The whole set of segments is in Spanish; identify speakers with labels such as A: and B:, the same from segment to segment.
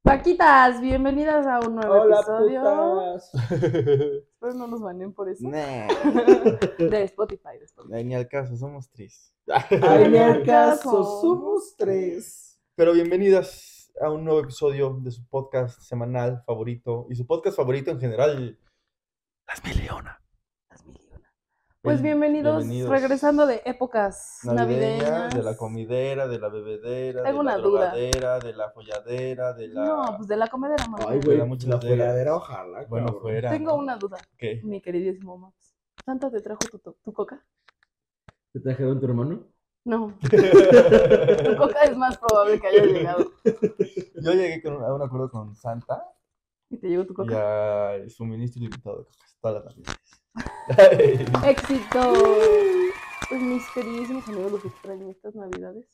A: putas! Bienvenidas a un nuevo
B: Hola,
A: episodio.
B: putas.
A: Espero no nos baneen por eso.
C: Nah,
A: De Spotify, de Spotify.
C: ni al caso, somos tres.
B: Ay, ni
A: Ay,
B: al
A: caso.
B: caso, somos tres.
C: Pero bienvenidas a un nuevo episodio de su podcast semanal favorito y su podcast favorito en general. Las Miliona.
A: Las mil y una. Pues bienvenidos, regresando de épocas navideñas.
C: de la comidera, de la bebedera,
A: Tengo
C: de la
A: una duda.
C: drogadera, de la folladera, de la...
A: No, pues de la comedera, mamá.
B: Ay,
C: güey,
B: güey,
C: la
B: la
C: mochiladera.
B: folladera, ojalá.
C: Bueno,
B: cabrón.
C: fuera.
A: Tengo una duda,
C: ¿Qué?
A: mi queridísimo Max. ¿Santa te trajo tu, to- tu coca?
D: ¿Te trajeron tu hermano?
A: No, tu coca es más probable que haya llegado.
C: Yo llegué con un- a un acuerdo con Santa
A: Y te llegó tu coca.
C: Ya, el suministro ilimitado de cocas pues, todas las navidades.
A: ¡Éxito! Pues mis queridísimos amigos, los extraño estas navidades.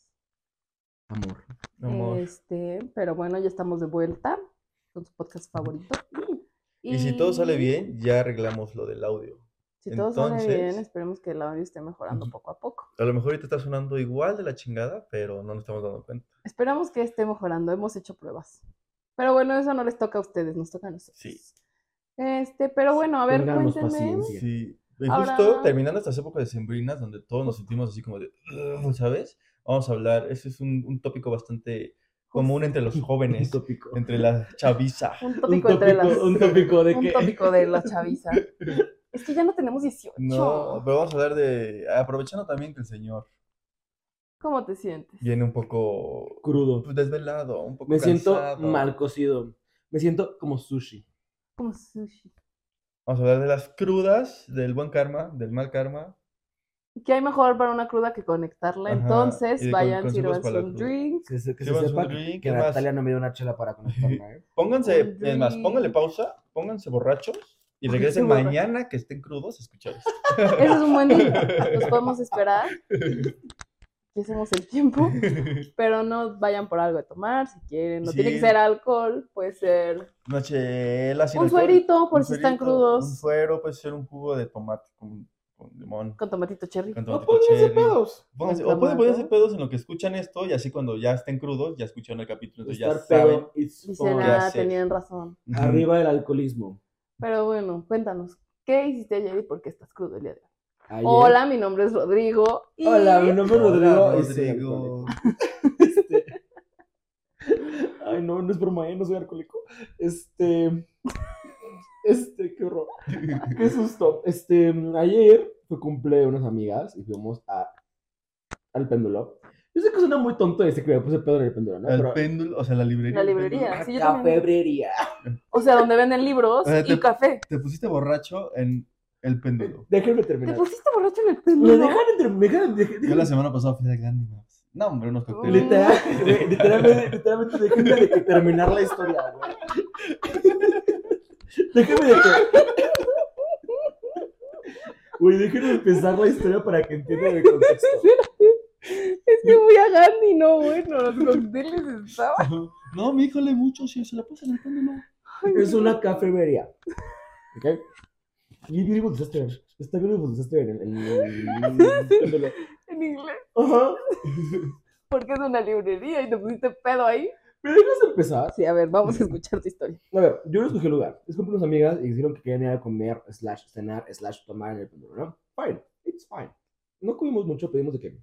D: Amor.
C: Amor.
A: Este, pero bueno, ya estamos de vuelta con su podcast favorito.
C: Y si todo sale bien, ya arreglamos lo del audio.
A: Si todo sale bien,
C: entonces-
A: esperemos que el audio esté mejorando
C: Ujú.
A: poco a poco.
C: A lo mejor ahorita está sonando igual de la chingada, pero no nos estamos dando cuenta.
A: Esperamos que esté mejorando, hemos hecho pruebas. Pero bueno, eso no les toca a ustedes, nos toca a nosotros.
C: Sí.
A: Este, pero bueno, a ver,
D: Tengamos
A: cuéntenme.
D: paciencia. Sí.
C: Sí. Y
A: Ahora-
C: justo terminando estas épocas decembrinas donde todos nos sentimos así como de, "Ugh", ¿sabes? Vamos a hablar, ese es un, un tópico bastante común entre los jóvenes,
D: tópico.
C: entre la chaviza.
A: Un
D: Un
A: tópico
D: tópico,
A: entre las.
D: un tópico de
A: Un
D: que...
A: tópico de la chaviza. Es que ya no tenemos 18.
C: No, pero vamos a hablar de, aprovechando también que el señor
A: ¿Cómo te sientes?
C: viene un poco
D: Crudo.
C: pues, desvelado, un poco
D: Me siento
C: cansado.
D: mal cocido. Me siento como sushi.
A: Como sushi.
C: Vamos a hablar de las crudas, del buen karma, del mal karma.
A: ¿Qué hay mejor para una cruda que conectarla?
C: Ajá, y
A: Entonces,
C: de con-
A: vayan,
C: consejos
A: sirvan
C: para la
A: un
C: cruda.
A: drink.
D: Que se, que
C: Sí,
D: se
C: vamos a
D: sepa
C: un drink,
D: que
C: ¿qué más?
D: Natalia no me dio una chela para conectarme. ¿eh?
C: Pónganse,
A: Un
C: es más, pónganle
A: drink.
C: pausa, pónganse borrachos y regresen
A: borra-
C: mañana que estén crudos a escuchar esto.
A: Ese es un buen día. Nos podemos esperar. Que hacemos el tiempo. Pero no vayan por algo a tomar si quieren. No tiene que
C: Sí.
A: ser alcohol, puede ser
C: Una chela sin
A: un
C: alcohol,
A: suerito por
C: un
A: si están
C: suerito, Un
A: crudos.
C: suero puede ser un jugo de tomate con, con limón.
A: Con tomatito cherry.
C: Con
A: Oh,
C: tomate con
B: Pónganse
C: cherry.
B: pedos.
C: Pónganse-
A: Con
C: o pueden ponerse
A: tomate.
C: pedos en lo que escuchan esto y así cuando ya estén crudos, ya escucharon el capítulo, entonces ya
D: Estar
C: saben.
D: pedo it's
A: Dicen,
D: fun.
C: Ya
A: ah,
C: sé.
A: tenían razón.
C: Ujú.
D: Arriba el alcoholismo.
A: Pero bueno, cuéntanos. ¿Qué hiciste ayer y por qué estás crudo el día de hoy?
D: Ayer-
A: Hola, mi nombre es Rodrigo. y-
D: ¿eh? Hola, mi nombre es Rodrigo.
C: Hola,
D: y soy
C: Rodrigo.
D: Este- Ay, no, no es broma, ¿eh? no soy alcohólico. Este. Este, qué horror. Qué susto. Este, ayer fue cumple de unas amigas y fuimos a, al péndulo. Yo sé que suena muy tonto decir que me puse pedo en el péndulo, ¿no?
C: El péndulo, o sea, la librería.
A: La
C: el
A: librería.
C: péndulo.
A: Sí, yo también.
D: febrería.
A: O sea, donde venden libros
C: O sea,
A: y
C: te-
A: café.
C: Te pusiste borracho en el péndulo.
D: Déjenme
A: ¿Te
D: terminar.
A: pusiste borracho en el
D: Me
A: péndulo?
D: dejan entre. Me dejan, dejan-
C: Yo la semana pasada fui a Gandhi Max. No, hombre, unos cócteles.
D: Literal, güey, literalmente, literalmente, déjenme de que terminar la historia, güey. Déjenme de que. Güey, déjenme empezar la historia para que entiendan el contexto.
A: Es que voy a Gandhi, no, bueno, los cócteles estaban.
C: No, mi hijo lee mucho, si se la pasa en el péndulo.
D: Es una cafetería. ¿Ok? Y Beautiful Disaster. Está Beautiful Disaster en el. en el- viéndolo.
A: En inglés,
D: Ajá.
A: porque es una librería y te pusiste pedo ahí.
D: ¿Me dejas empezar?
A: Sí, a ver, vamos a escuchar tu historia.
D: A ver, yo no escogí el lugar. Es compré unas amigas y dijeron que querían ir a comer, slash, cenar, slash, tomar en el péndulo, ¿no? Fine, it's fine. No comimos mucho, pedimos de qué.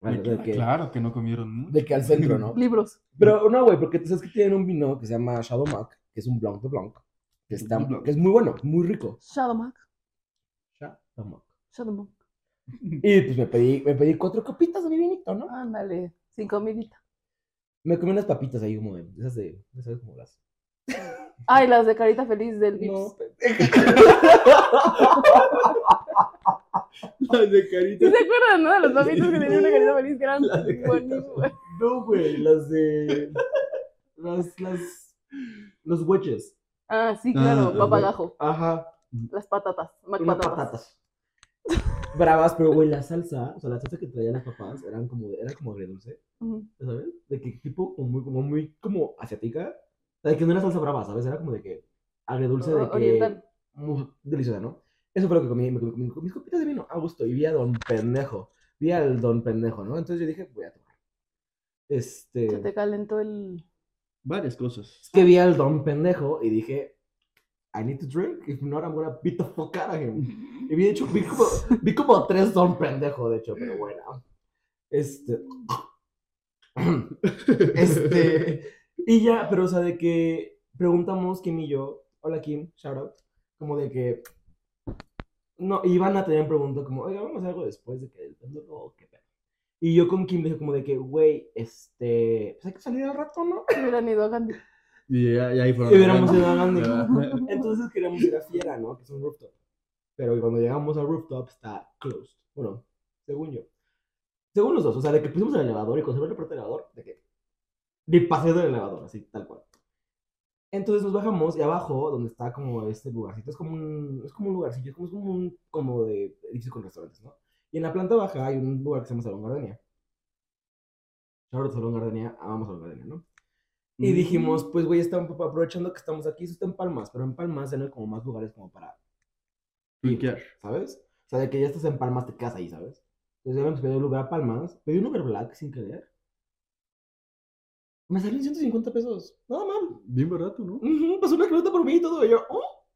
D: Bueno, de que,
C: Claro que no comieron mucho.
D: de que al centro, ¿no?
A: Libros.
D: Pero no, güey, porque tú sabes que tienen un vino que se llama Shadow Mac, que es un blanc de blanc, que, está,
C: Blanc.
D: que es muy bueno, muy rico.
A: Shadowmack.
D: Shadow Mac.
A: Shadowmack.
D: Y pues me pedí, me pedí cuatro copitas de mi vinito, ¿no?
A: Ándale, sin comidita.
D: Me comí unas papitas ahí como de, de esas de, ya sabes cómo las...
A: Ay, las de carita feliz del Vips.
D: No, Las de carita
A: ¿Sí se acuerdan, no? De los papitos que tenían una carita feliz que eran
D: La de carita
A: buenísimas.
D: No, güey, las de. Las, las. Los hueches.
A: Ah, sí,
C: Ah,
A: claro,
C: ok.
A: papagajo.
D: Ajá.
A: Las patatas, mac
D: Unas
A: patatas.
D: patatas. Bravas, pero güey, la salsa, o sea, la salsa que traían los papás eran como, era como agridulce,
A: Ujú.
D: ¿ya ¿sabes? De que tipo, como muy, como muy, como asiática. O sea, de que no era salsa brava, ¿sabes? Era como de que agridulce, de que.
A: Oriental.
D: muy deliciosa, ¿no? Eso fue lo que comí, me comí, me comí mis copitas de vino a gusto y vi a Don Pendejo, vi al Don Pendejo, ¿no? Entonces yo dije, voy a tomar. Este.
A: Se te calentó el.
C: Varias cosas.
D: Es que vi al don pendejo y dije, I need to drink, if not I'm gonna beat the fuck out of him. Y vi, de hecho, vi como, vi como tres don pendejo, de hecho, pero bueno. Este... Este... Y ya, pero o sea, de que preguntamos Kim y yo, hola Kim, shout out, como de que... No, y Ivana también preguntó como, oiga, vamos a hacer algo después de que el pendejo, qué pedo. Y yo con Kim dije como de que, güey, este, pues hay que salir al rato, ¿no?
A: Hubieran ido a Gandhi.
C: Y, ya- ya ahí fueron.
D: Y hubiéramos ido a Gandhi.
C: ¿Verdad?
D: Entonces queríamos ir a Fiera, ¿no? Que es un rooftop. Pero cuando llegamos al rooftop está closed. Bueno, según yo. Según los dos, o sea, de que pusimos el elevador y cuando se abrió la puerta del elevador, de que ni pasé del elevador, así, tal cual. Entonces nos bajamos y abajo, donde está como este lugarcito, es como un, es como un lugarcillo, es como, es como un como de edificio con restaurantes, ¿no? Y en la planta baja hay un lugar que se llama Salón Gardenia. Ahora Salón Gardenia, amamos Salón Gardenia, ¿no? Y dijimos, pues güey, estamos aprovechando que estamos aquí, eso está en Palmas, pero en Palmas ya no hay como más lugares como para,
C: Linkear.
D: ¿sabes? O sea, de que ya estás en Palmas, te quedas ahí, ¿sabes? Entonces ya habíamos pedido un lugar a Palmas, pedí un Uber Black sin querer. Me salió en 150 pesos, nada mal.
C: Bien barato, ¿no?
D: Ujú, pasó una carota por mí y todo, y yo, ¡oh!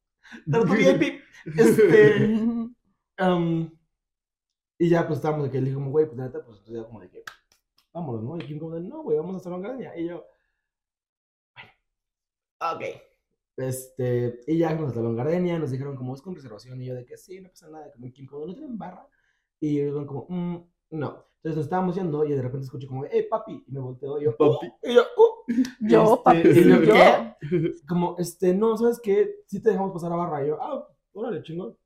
D: Trato VIP. Este, am, y ya pues estábamos de que le dije como, güey, pues la neta, pues entonces ya como de que, vámonos, ¿no? Y Kim como de, no, güey, vamos a hacer una graña. Y yo, bueno, ok. Este, y ya nos salón Gardenia, nos dijeron como es con reservación, y yo de que sí, no pasa nada, como Kim como no tienen barra, y ellos van como, "Mm, no. Entonces nos estábamos yendo y de repente escucho como, eh, papi, y me volteo y yo,
C: Papi.
D: "Uh", y yo, "Uh",
A: Yo,
D: Este,
A: papi.
D: y yo,
A: yo.
D: ¿qué? como, este, no, ¿sabes qué? Sí te dejamos pasar a barra. Y yo, ah, órale, chingón.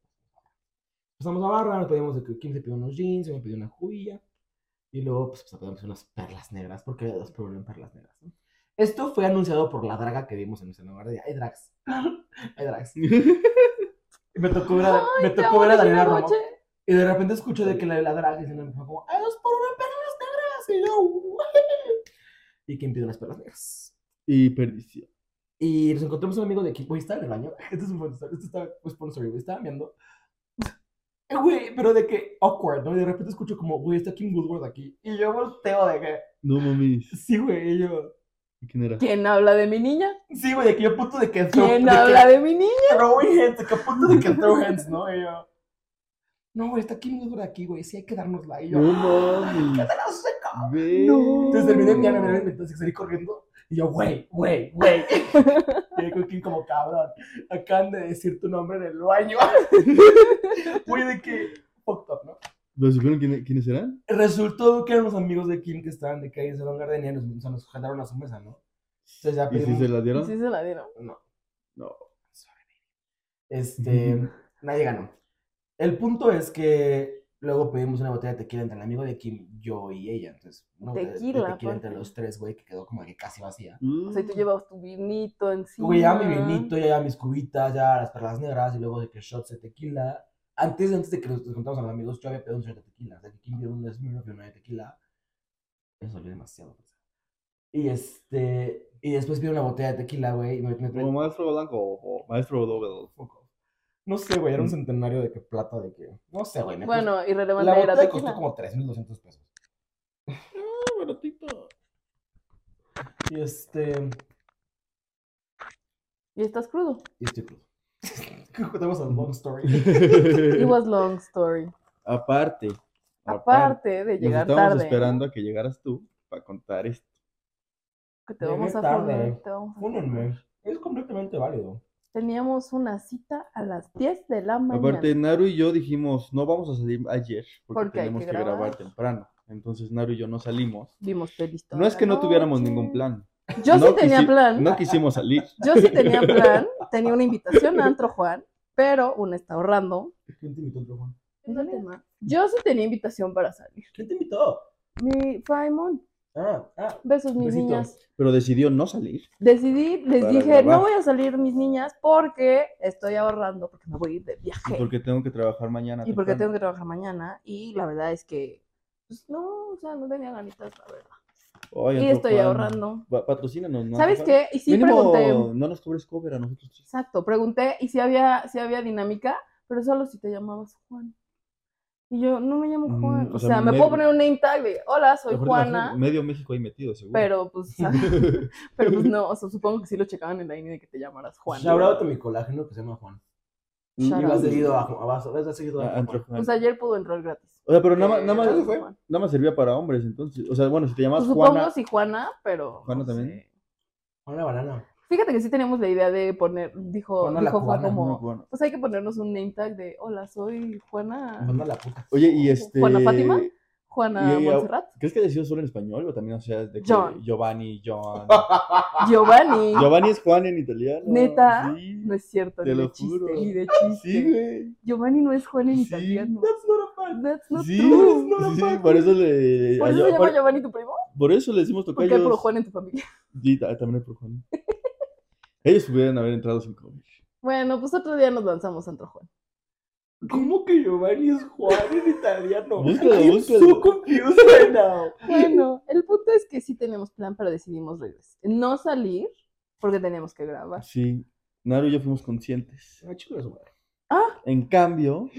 D: Pasamos a barra, nos pedimos de que Kim se pidió unos jeans, yo me pidió una judía. Y luego, pues, pues, pedimos unas perlas negras, porque había dos problemas en perlas negras. ¿no? Esto fue anunciado por la draga que vimos en nuestra nueva guardia. Hay drags. Hay drags. Y me tocó ver a, me
A: Ay, te
D: tocó ver a
A: amo,
D: Daniela
A: Gina
D: Romo.
A: Boche.
D: Y de repente escucho de que la, la draga dice una mujer como, ¡Ay, dos por una perlas negras! Y yo, "Ué". Y Kim pide unas perlas negras.
C: Y perdición.
D: Y nos encontramos un amigo de aquí, güey, estaba en el baño. Este es un buen story, esto está, pues, por story, güey, estaba viendo. Eh, Güey, pero de que awkward, ¿no? Y de repente escucho como, güey, está Kim Woodward aquí. Y yo volteo de que,
C: No mames.
D: sí, güey, y yo,
C: ¿Quién era?
A: ¿Quién habla de mi niña?
D: sí, güey, de que yo punto de que, throw-
A: ¿Quién
D: de
A: habla de mi niña?
D: que throwing hands, de que punto de que throw hands, ¿no? Y yo, no, güey, está Kim Woodward aquí, güey, sí hay que dárnosla. Y yo,
C: No
D: "Ah,
C: mames.
D: ¡No sé cómo".
C: Ve.
A: No.
D: Entonces terminé
C: Mm.
D: mi anime, entonces salí corriendo. Y yo, güey, güey, güey. Llegué con Kim como cabrón. Acaban de decir tu nombre en el baño. Güey, de que. Fucked up, ¿no?
C: ¿Pero supieron quién- quiénes eran?
D: Resultó que eran los amigos de Kim que estaban de calle en Salón Gardenia y nos, o sea, nos jalaron a su mesa, ¿no? Entonces ya
C: ¿Y si
D: pedimos.
C: se la dieron?
A: Sí se la dieron.
D: No.
C: No.
D: Este. nadie ganó. El punto es que luego pedimos una botella de tequila entre el amigo de Kim, yo y ella. Entonces, una botella de-
A: Tequila,
D: de tequila entre
A: aparte.
D: los tres, güey, que quedó como que casi vacía.
A: O sea, y tú llevabas tu vinito encima.
D: Mm. Güey, ya mi vinito, ya, ya mis cubitas, ya las perlas negras y luego de que shots de tequila. Antes, antes de que nos nos juntamos a los amigos, yo había pedido un shot de tequila. O sea, que Kim pidió un Smirnoff y uno de tequila. Eso salió demasiado. Y este, y después pidió una botella de tequila, güey. y me- me-
C: Como maestro blanco o maestro doble.
D: Poco. No sé, güey, era un centenario de que plata, de que... No sé, güey. me costó-
A: Bueno, irrelevante
D: la
A: era
D: botella
A: tequila.
D: costó como 3.200 pesos. Ah, Y este...
A: Y estás crudo.
D: Y estoy crudo. Creo que tenemos a long story.
A: It was long story.
C: Aparte.
A: Aparte de
C: Ah, Nos
A: llegar
C: estábamos
A: tarde.
C: esperando a que llegaras tú para contar esto.
A: Que te
D: Llegué
A: vamos a
D: tarde.
A: funar, te vamos a funar.
D: Únenme. Es completamente válido.
A: Teníamos una cita a las 10 de la mañana.
C: Aparte, Naru y yo dijimos, no vamos a salir ayer porque
A: Porque hay
C: tenemos
A: que
C: que grabar.
A: grabar".
C: temprano. Entonces, Naru y yo no salimos.
A: Vimos pelis toda
C: No es
A: la
C: que no tuviéramos
A: noche.
C: ningún plan.
A: Yo
C: No
A: sí tenía
C: quisi-
A: plan.
C: No quisimos salir.
A: Yo sí tenía plan. Tenía una invitación a Antro Juan, pero una está ahorrando.
D: ¿Quién te invitó, Pedro Juan?
A: Es el tema. Yo sí tenía invitación para salir.
D: ¿Quién te invitó?
A: Mi Faimon,
D: Ah, ah.
A: besos mis
D: Besitos.
A: niñas.
C: Pero decidió no salir.
A: Decidí, les
C: Para
A: dije,
C: grabar.
A: no voy a salir mis niñas porque estoy ahorrando, porque me voy a ir de viaje.
C: Y porque tengo que trabajar mañana.
A: y porque tengo
C: temprano.
A: que trabajar mañana y la verdad es que pues, no, o sea, no tenía ganitas, la verdad.
C: Ay,
A: Y
C: Antojo,
A: estoy
C: Juan,
A: ahorrando.
C: pa- patrocínanos. ¿no,
A: ¿Sabes
C: Antojo?
A: qué? Y sí
C: Mínimo,
A: pregunté.
C: No nos cobres cover a nosotros. tres.
A: Exacto, pregunté y si había si había dinámica, pero solo si te llamabas Juan. Y yo, no me llamo Juan.
C: Mm,
A: o, sea, me puedo poner un name tag de, hola, soy
C: Aparte,
A: Juana.
C: Medio México ahí metido, seguro.
A: Pero pues, o sea, pero pues no, o sea, supongo que sí lo checaban en la INE de que te llamaras
C: Pues,
A: Juan.
B: Ya habrá otro mi colágeno que se llama Juan. Y
A: Shout
B: vas
A: out.
B: seguido a Juan. Vas, vas seguido a
C: Ah,
B: Juan.
C: entró Juan.
A: Pues ayer pudo entrar gratis.
C: O sea, pero nada más,
A: Eh,
C: nada,
A: ya se
C: más,
A: fue.
C: nada más servía para hombres, entonces. O sea, bueno, si te llamas
A: Pues,
C: Juana.
A: supongo si Juana, pero.
C: ¿Juana
A: no
C: también?
A: sé.
B: Juan la banana.
A: Fíjate que sí teníamos la idea de poner, dijo,
B: Juana la
A: dijo Juan
B: cubana,
A: como,
C: no, bueno.
A: pues hay que ponernos un name tag de, hola, soy Juana,
B: Juana la puta.
C: Oye, y este.
A: ¿Juana Fátima? Juana
C: y- y-
A: Montserrat,
C: ¿Crees que haya sido solo en español o también, o sea, de que
A: John.
C: Giovanni, John?
A: Giovanni.
C: Giovanni es Juan en italiano.
A: Neta,
C: Sí,
A: no es cierto,
C: Te
A: ni
C: lo
A: de chiste,
C: juro.
A: ni de
C: sí
A: chiste.
C: güey.
A: Giovanni no es Juan en
C: Sí.
A: italiano.
D: That's not a fact.
A: That's not
C: Sí,
A: true.
C: sí, por eso le.
A: ¿Por
C: a
A: eso
C: Gio-
A: se llama
C: por-
A: Giovanni tu primo?
C: por eso le decimos
A: Porque hay
C: tocayos.
A: puro Juan en tu familia.
C: Sí, ta- también hay por Juan. Ellos pudieran haber entrado sin COVID.
A: Bueno, pues otro día nos lanzamos Antro Juan.
D: ¿Cómo que Giovanni es Juan en italiano?
C: Búscalo,
D: I'm
C: búscalo.
D: so confused right now.
A: Bueno, el punto es que sí tenemos plan, pero decidimos regresar. No salir, porque teníamos que grabar.
C: Sí, Naru y yo fuimos conscientes.
B: Ah, chico de su madre.
C: En cambio.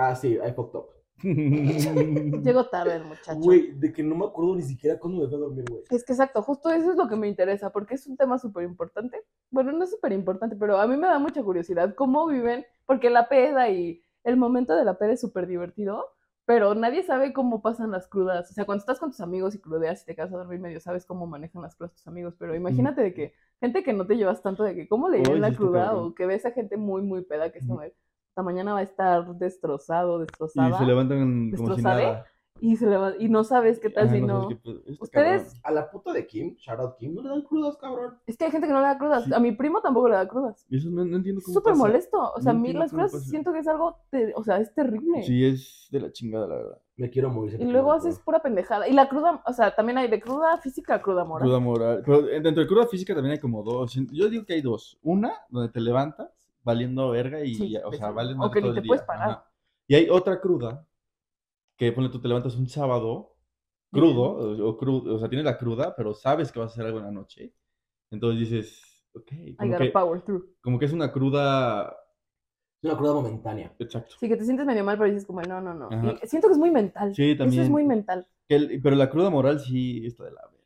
B: Ah, sí, I fucked up.
A: Llegó tarde el muchacho.
D: Güey, de que no me acuerdo ni siquiera cuándo me dejé dormir, güey.
A: Es que exacto, justo eso es lo que me interesa, porque es un tema súper importante. Bueno, no es súper importante, pero a mí me da mucha curiosidad cómo viven, porque la peda y el momento de la peda es súper divertido, pero nadie sabe cómo pasan las crudas. O sea, cuando estás con tus amigos y crudeas y te quedas a dormir medio, sabes cómo manejan las crudas tus amigos, pero imagínate de que gente que no te llevas tanto, de que cómo le irá en
C: Oye, sí
A: la
C: está
A: cruda
C: cabrón.
A: o que ves a gente muy, muy peda que es como,
C: Ujú.
A: esta mañana va a estar destrozado, destrozada,
C: y se levantan como si
A: ¿Destrozada?
C: nada.
A: y, se leva- y no sabes qué tal
C: Ajá,
A: si
C: no
A: no.
C: sabes qué pedo. Está
A: Ustedes-
C: este cabrón.
B: A la puta de Kim, shout out Kim, no le dan crudas, cabrón.
A: Es que hay gente que no le da crudas.
C: Sí.
A: A mi primo tampoco le da crudas.
C: Y Eso no, no entiendo
A: Es
C: cómo
A: súper
C: pasa.
A: molesto. O sea,
C: No
A: a mí
C: entiendo
A: las
C: cómo
A: crudas
C: pasa.
A: siento que es algo, te- o sea, es terrible.
C: Sí, es de la chingada, la verdad.
B: Me quiero morir.
A: Y luego haces pura pendejada. Y la cruda, o sea, también hay de cruda física a cruda moral.
C: Cruda moral. Pero en- dentro de cruda física también hay como dos. Yo digo que hay dos. Una, donde te levantas valiendo verga y,
A: Sí,
C: o sea,
A: exacto.
C: vales
A: O
C: más
A: que ni
C: todo el
A: te
C: día.
A: puedes parar.
C: Ajá. Y hay otra cruda, que ponle tú te levantas un sábado, crudo, o, o crudo, o sea, tienes la cruda, pero sabes que vas a hacer algo en la noche. Entonces dices, ok,
A: I
C: como
A: got
C: que,
A: power through.
C: como que es una cruda...
B: Es una cruda momentánea.
C: Exacto.
A: Sí, que te sientes medio mal, pero dices como, no, no, no.
C: Ajá.
A: Y siento que es muy mental.
C: Sí,
A: Eso es
C: también.
A: muy mental.
C: Que el- pero la cruda moral sí está de la verga.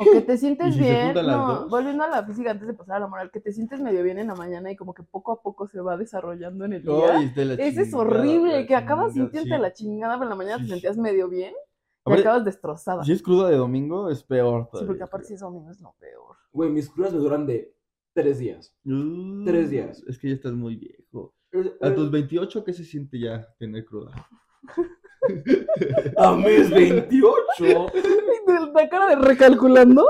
A: O que te sientes
C: si se
A: bien.
C: juntan las
A: no,
C: dos?
A: volviendo a la física antes de pasar a la moral, que te sientes medio bien en la mañana y como que poco a poco se va desarrollando en el día.
C: Ay, está de la
A: Ese es
C: chingada, de
A: horrible,
C: la
A: que acabas
C: chingada,
A: sintiéndote
C: sí.
A: la chingada, pero en la mañana
C: Sí,
A: te
C: sí.
A: sentías medio bien y
C: Aparte,
A: acabas destrozada.
C: Si es cruda de domingo, es peor.
A: Sí,
C: todavía,
A: porque aparte si
C: creo.
A: es domingo es lo peor.
B: Güey, mis crudas me duran de tres días.
C: Uh,
B: Tres días.
C: Es que ya estás muy viejo.
B: Es-
C: A
B: es-
C: tus 28, ¿qué se siente ya tener cruda?
B: A mis 28.
A: De la cara de recalculando,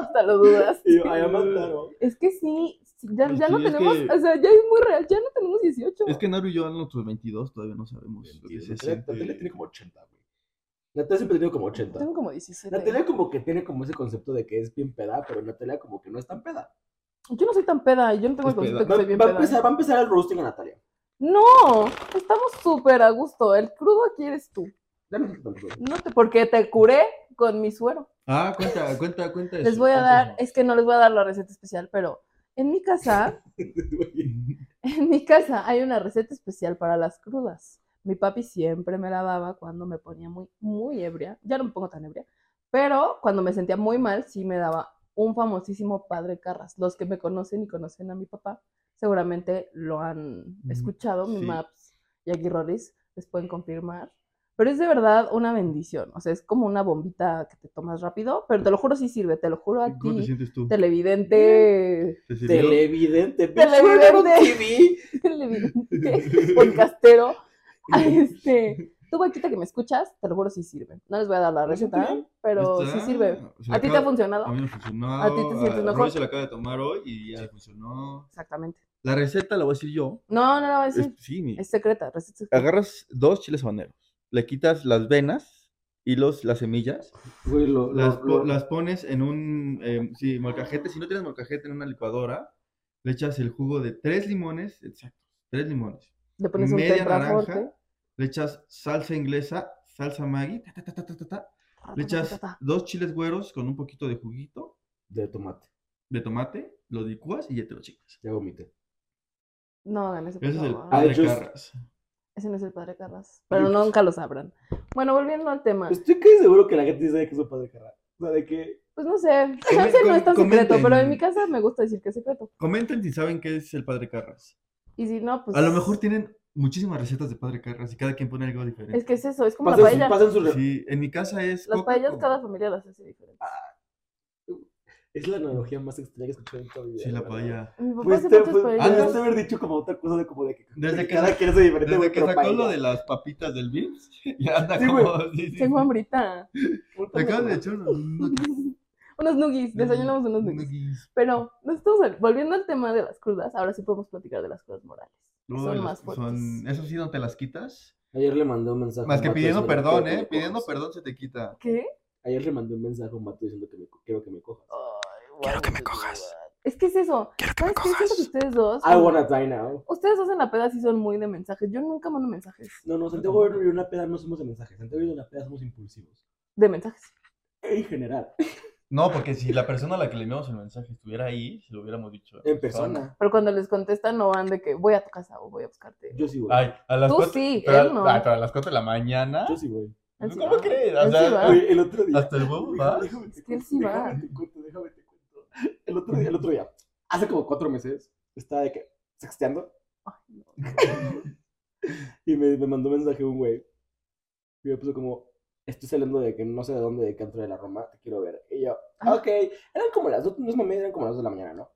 A: hasta lo dudas.
D: Y yo, "Ay, Amantaro".
A: Es que sí, sí, ya, ya
C: Pues Sí,
A: no
C: es
A: tenemos,
C: que-
A: o sea, ya es muy real, ya no tenemos 18.
C: Es que Naru y yo a nuestros 22 todavía no sabemos lo que se
B: Natalia tiene
C: siente.
B: como 80, güey. Natalia siempre ha tenido como 80.
A: Tengo como 17.
B: Natalia como que tiene como ese concepto de que es bien peda, pero Natalia como que no es tan peda.
A: Yo no soy tan peda, yo no tengo el
C: Es peda.
A: concepto que
B: Va,
A: soy bien
B: va a,
A: peda. ¿eh?
B: empezar, va a empezar el roasting a Natalia.
A: No, estamos súper a gusto. El crudo aquí eres tú.
B: Ya no sé tanto.
A: No te, porque te curé con mi suero.
C: Ah, cuenta, cuenta, cuenta.
A: Les voy a dar, es que no les voy a dar la receta especial, pero en mi casa, en mi casa hay una receta especial para las crudas. Mi papi siempre me la daba cuando me ponía muy, muy ebria. Ya no me pongo tan ebria, pero cuando me sentía muy mal, sí me daba un famosísimo padre Carras. Los que me conocen y conocen a mi papá, seguramente lo han
C: Ujú,
A: escuchado. Mi
C: Mm, sí.
A: Maps y aquí Rolis les pueden confirmar. Pero es de verdad una bendición. O sea, es como una bombita que te tomas rápido, pero te lo juro, sí sirve. Te lo juro a
C: ¿Cómo te
A: ti,
C: sientes tú?
A: televidente,
C: ¿Te sirvió?
B: Televidente,
A: Televidente.
B: Televidente. TV.
A: televidente, podcastero. Este, tú, guachita que me escuchas, te lo juro, sí sirve. No les voy a dar la
B: ¿No siente
A: receta,
B: bien?
A: pero sí
C: Está-
A: sirve.
C: se
A: ¿A
C: le
A: ti te
C: Ah, acaba-
A: ha funcionado?
C: A mí me funcionó.
A: ¿A ti te sientes
C: Roy
A: mejor?
C: se la acaba de tomar hoy y ya le funcionó.
A: Exactamente.
C: La receta la voy a decir yo.
A: No, no la voy a decir.
C: Es- sí, mi-
A: Es secreta, receta secreta.
C: agarras dos chiles habaneros, le quitas las venas y los, las semillas,
B: Güey, lo,
C: las,
B: lo-
C: po-
B: lo-
C: las pones en un eh, sí, molcajete, si no tienes molcajete en una licuadora, le echas el jugo de tres limones, exacto, tres limones,
A: Le pones un
C: media
A: tetraforte.
C: naranja, le echas salsa inglesa, salsa Maggi, ta, ta, ta, ta, ta, ta, ta, le echas dos chiles güeros con un poquito de juguito
B: de tomate.
C: de tomate, lo licuas y ya te lo chicas.
B: Ya vomité.
A: No hagan eso, por
C: Ese es el
A: favor.
B: Ah, de
C: padre
B: hecho, es-
C: Carras.
A: Ese no es el padre Carras. Pero
C: pues.
A: nunca lo sabrán. Bueno, volviendo al tema.
D: Pues, Estoy casi seguro que la gente sí sabe que es un padre carnal. O sea, de que.
A: Pues no sé. Chance no
C: com-
A: es tan secreto,
C: comenten.
A: pero en mi casa me gusta decir que es secreto.
C: Comenten si saben qué es el padre Carras.
A: Y si no, pues.
C: A lo mejor tienen muchísimas recetas de padre Carras y cada quien pone algo diferente.
A: Es que es eso, es como la
D: Pasan,
A: paella.
D: su- pasan su. re-
C: Sí, en mi casa es.
A: Las
C: coca
A: paellas
C: con-
A: cada familia las hace diferente.
D: Es la analogía más extraña que escuché en toda mi vida.
C: Sí, la
D: verdad.
C: paella.
A: Mi papá
D: Pues
A: hace
D: te,
A: muchas
D: pues,
A: paellas.
D: antes de haber dicho como otra cosa de como de que,
C: Desde
D: de que
C: que
D: cada
C: sa-
D: quien hace diferente,
C: Desde
D: güey,
C: que
D: pero
C: sacó lo
D: paella.
C: de las papitas del Vips, ya anda
D: Sí, güey.
C: como. sí, sí, sí.
A: Tengo hambrita.
C: Te acabas de echar unos nuggies.
A: unos nuggies, desayunamos unos nuggies.
C: Nuggies.
A: Pero nosotros, volviendo al tema de las crudas, ahora sí podemos platicar de las crudas morales. que
C: No,
A: son
C: las-
A: más fuertes.
C: son- Eso sí, no te las quitas.
D: Ayer le mandé un mensaje. a
C: Más
D: un
C: que
D: vato
C: pidiendo
D: diciendo
C: perdón,
D: quiero que
C: ¿eh?
D: me
C: Pidiendo
D: cojas.
C: perdón se te quita.
A: ¿Qué?
D: Ayer le mandé un mensaje a un vato diciendo que me, co- quiero que me cojas.
A: Quiero que me cojas. Es que es eso.
E: Quiero que me
A: ¿Sabes qué? Siento que
E: cojas.
A: ustedes dos.
D: I wanna die now.
A: Ustedes dos en la peda sí son muy de mensajes. Yo nunca mando mensajes.
D: No, no, Santiago y yo en una peda no somos de mensajes. Santiago y yo en la peda somos impulsivos.
A: De mensajes.
D: En general.
C: No, porque si la persona a la que le enviamos el mensaje estuviera ahí, se lo hubiéramos dicho.
D: En persona.
A: Pero cuando les contestan, no van de que voy a tu casa o voy a buscarte.
D: Yo sí, güey.
C: Ay, a las
A: Tú
C: cuatro-
A: sí,
C: pero,
A: él no.
C: ay, pero a las 4 de la mañana.
D: Yo sí, güey.
A: Él sí
C: ¿Cómo
A: va.
C: crees? O
A: Él
C: sea,
A: sí va.
D: Oye, el otro día.
C: Hasta el huevo va.
D: Déjame te
A: Es que él
D: cuento,
A: sí va.
D: déjame te cuento, déjame te cuento. El otro día, el otro día. Hace como cuatro meses. Estaba de que sexteando. Y me, me mandó un mensaje un güey. Y me puso como, estoy saliendo de que no sé de dónde, de Canto de la Roma, te quiero ver. Y yo,
A: Ah.
D: ok. Eran como las dos, no es mami, eran como las dos de la mañana, ¿no?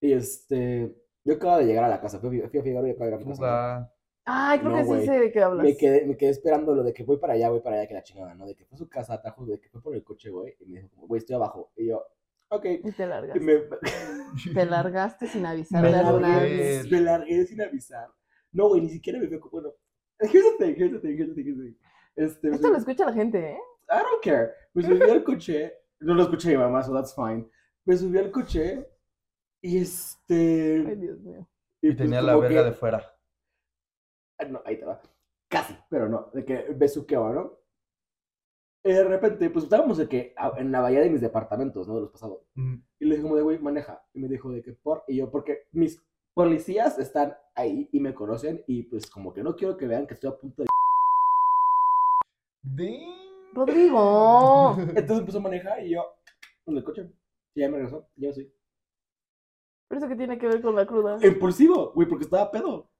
D: Y este, yo acababa de llegar a la casa, fui, a- fui a Figaro y acabo de llegar a mi casa. ¿no?
C: Fuga.
A: Ay, creo
D: No,
A: que sí
D: güey.
A: sé de qué hablas.
D: Me quedé, me quedé esperando lo de que voy para allá, voy para allá, que la chingada, ¿no? De que fue a su casa, atajos, de que fue por el coche, güey. Y me dijo, como, güey, estoy abajo. Y yo, ok.
A: Y te
D: Y
A: largaste.
D: me,
A: Te largaste sin avisar
D: me
C: Me
A: a nadie.
C: largué.
D: largué, me largué sin avisar. No, güey, ni siquiera me veo como, bueno. Here's the thing, here's the thing, here's the thing, here's the thing. Este, me
A: Esto lo escucha la gente, ¿eh?
D: I don't care. Me subí al coche. No lo escuché mi mamá, so that's fine. Me subí al coche y este.
A: Ay, Dios mío.
D: pues,
C: Y tenía la verga de fuera.
D: de. Ah, No, ahí te va. Casi, pero no, de que besuqueaba, ¿no? Y de repente, pues estábamos de que a- en la bahía de mis departamentos, ¿no? De los pasados.
C: Mm.
D: Y le dije, como de güey, maneja. Y me dijo, de que por. Y yo, porque mis policías están ahí y me conocen y pues como que no quiero que vean que estoy a punto de.
C: De...
A: Rodrigo.
D: Entonces empezó a manejar y yo. En el coche. Y ya me regresó. y Ya me soy.
A: ¿Pero eso qué tiene que ver con la cruda?
D: Impulsivo, güey, porque estaba pedo.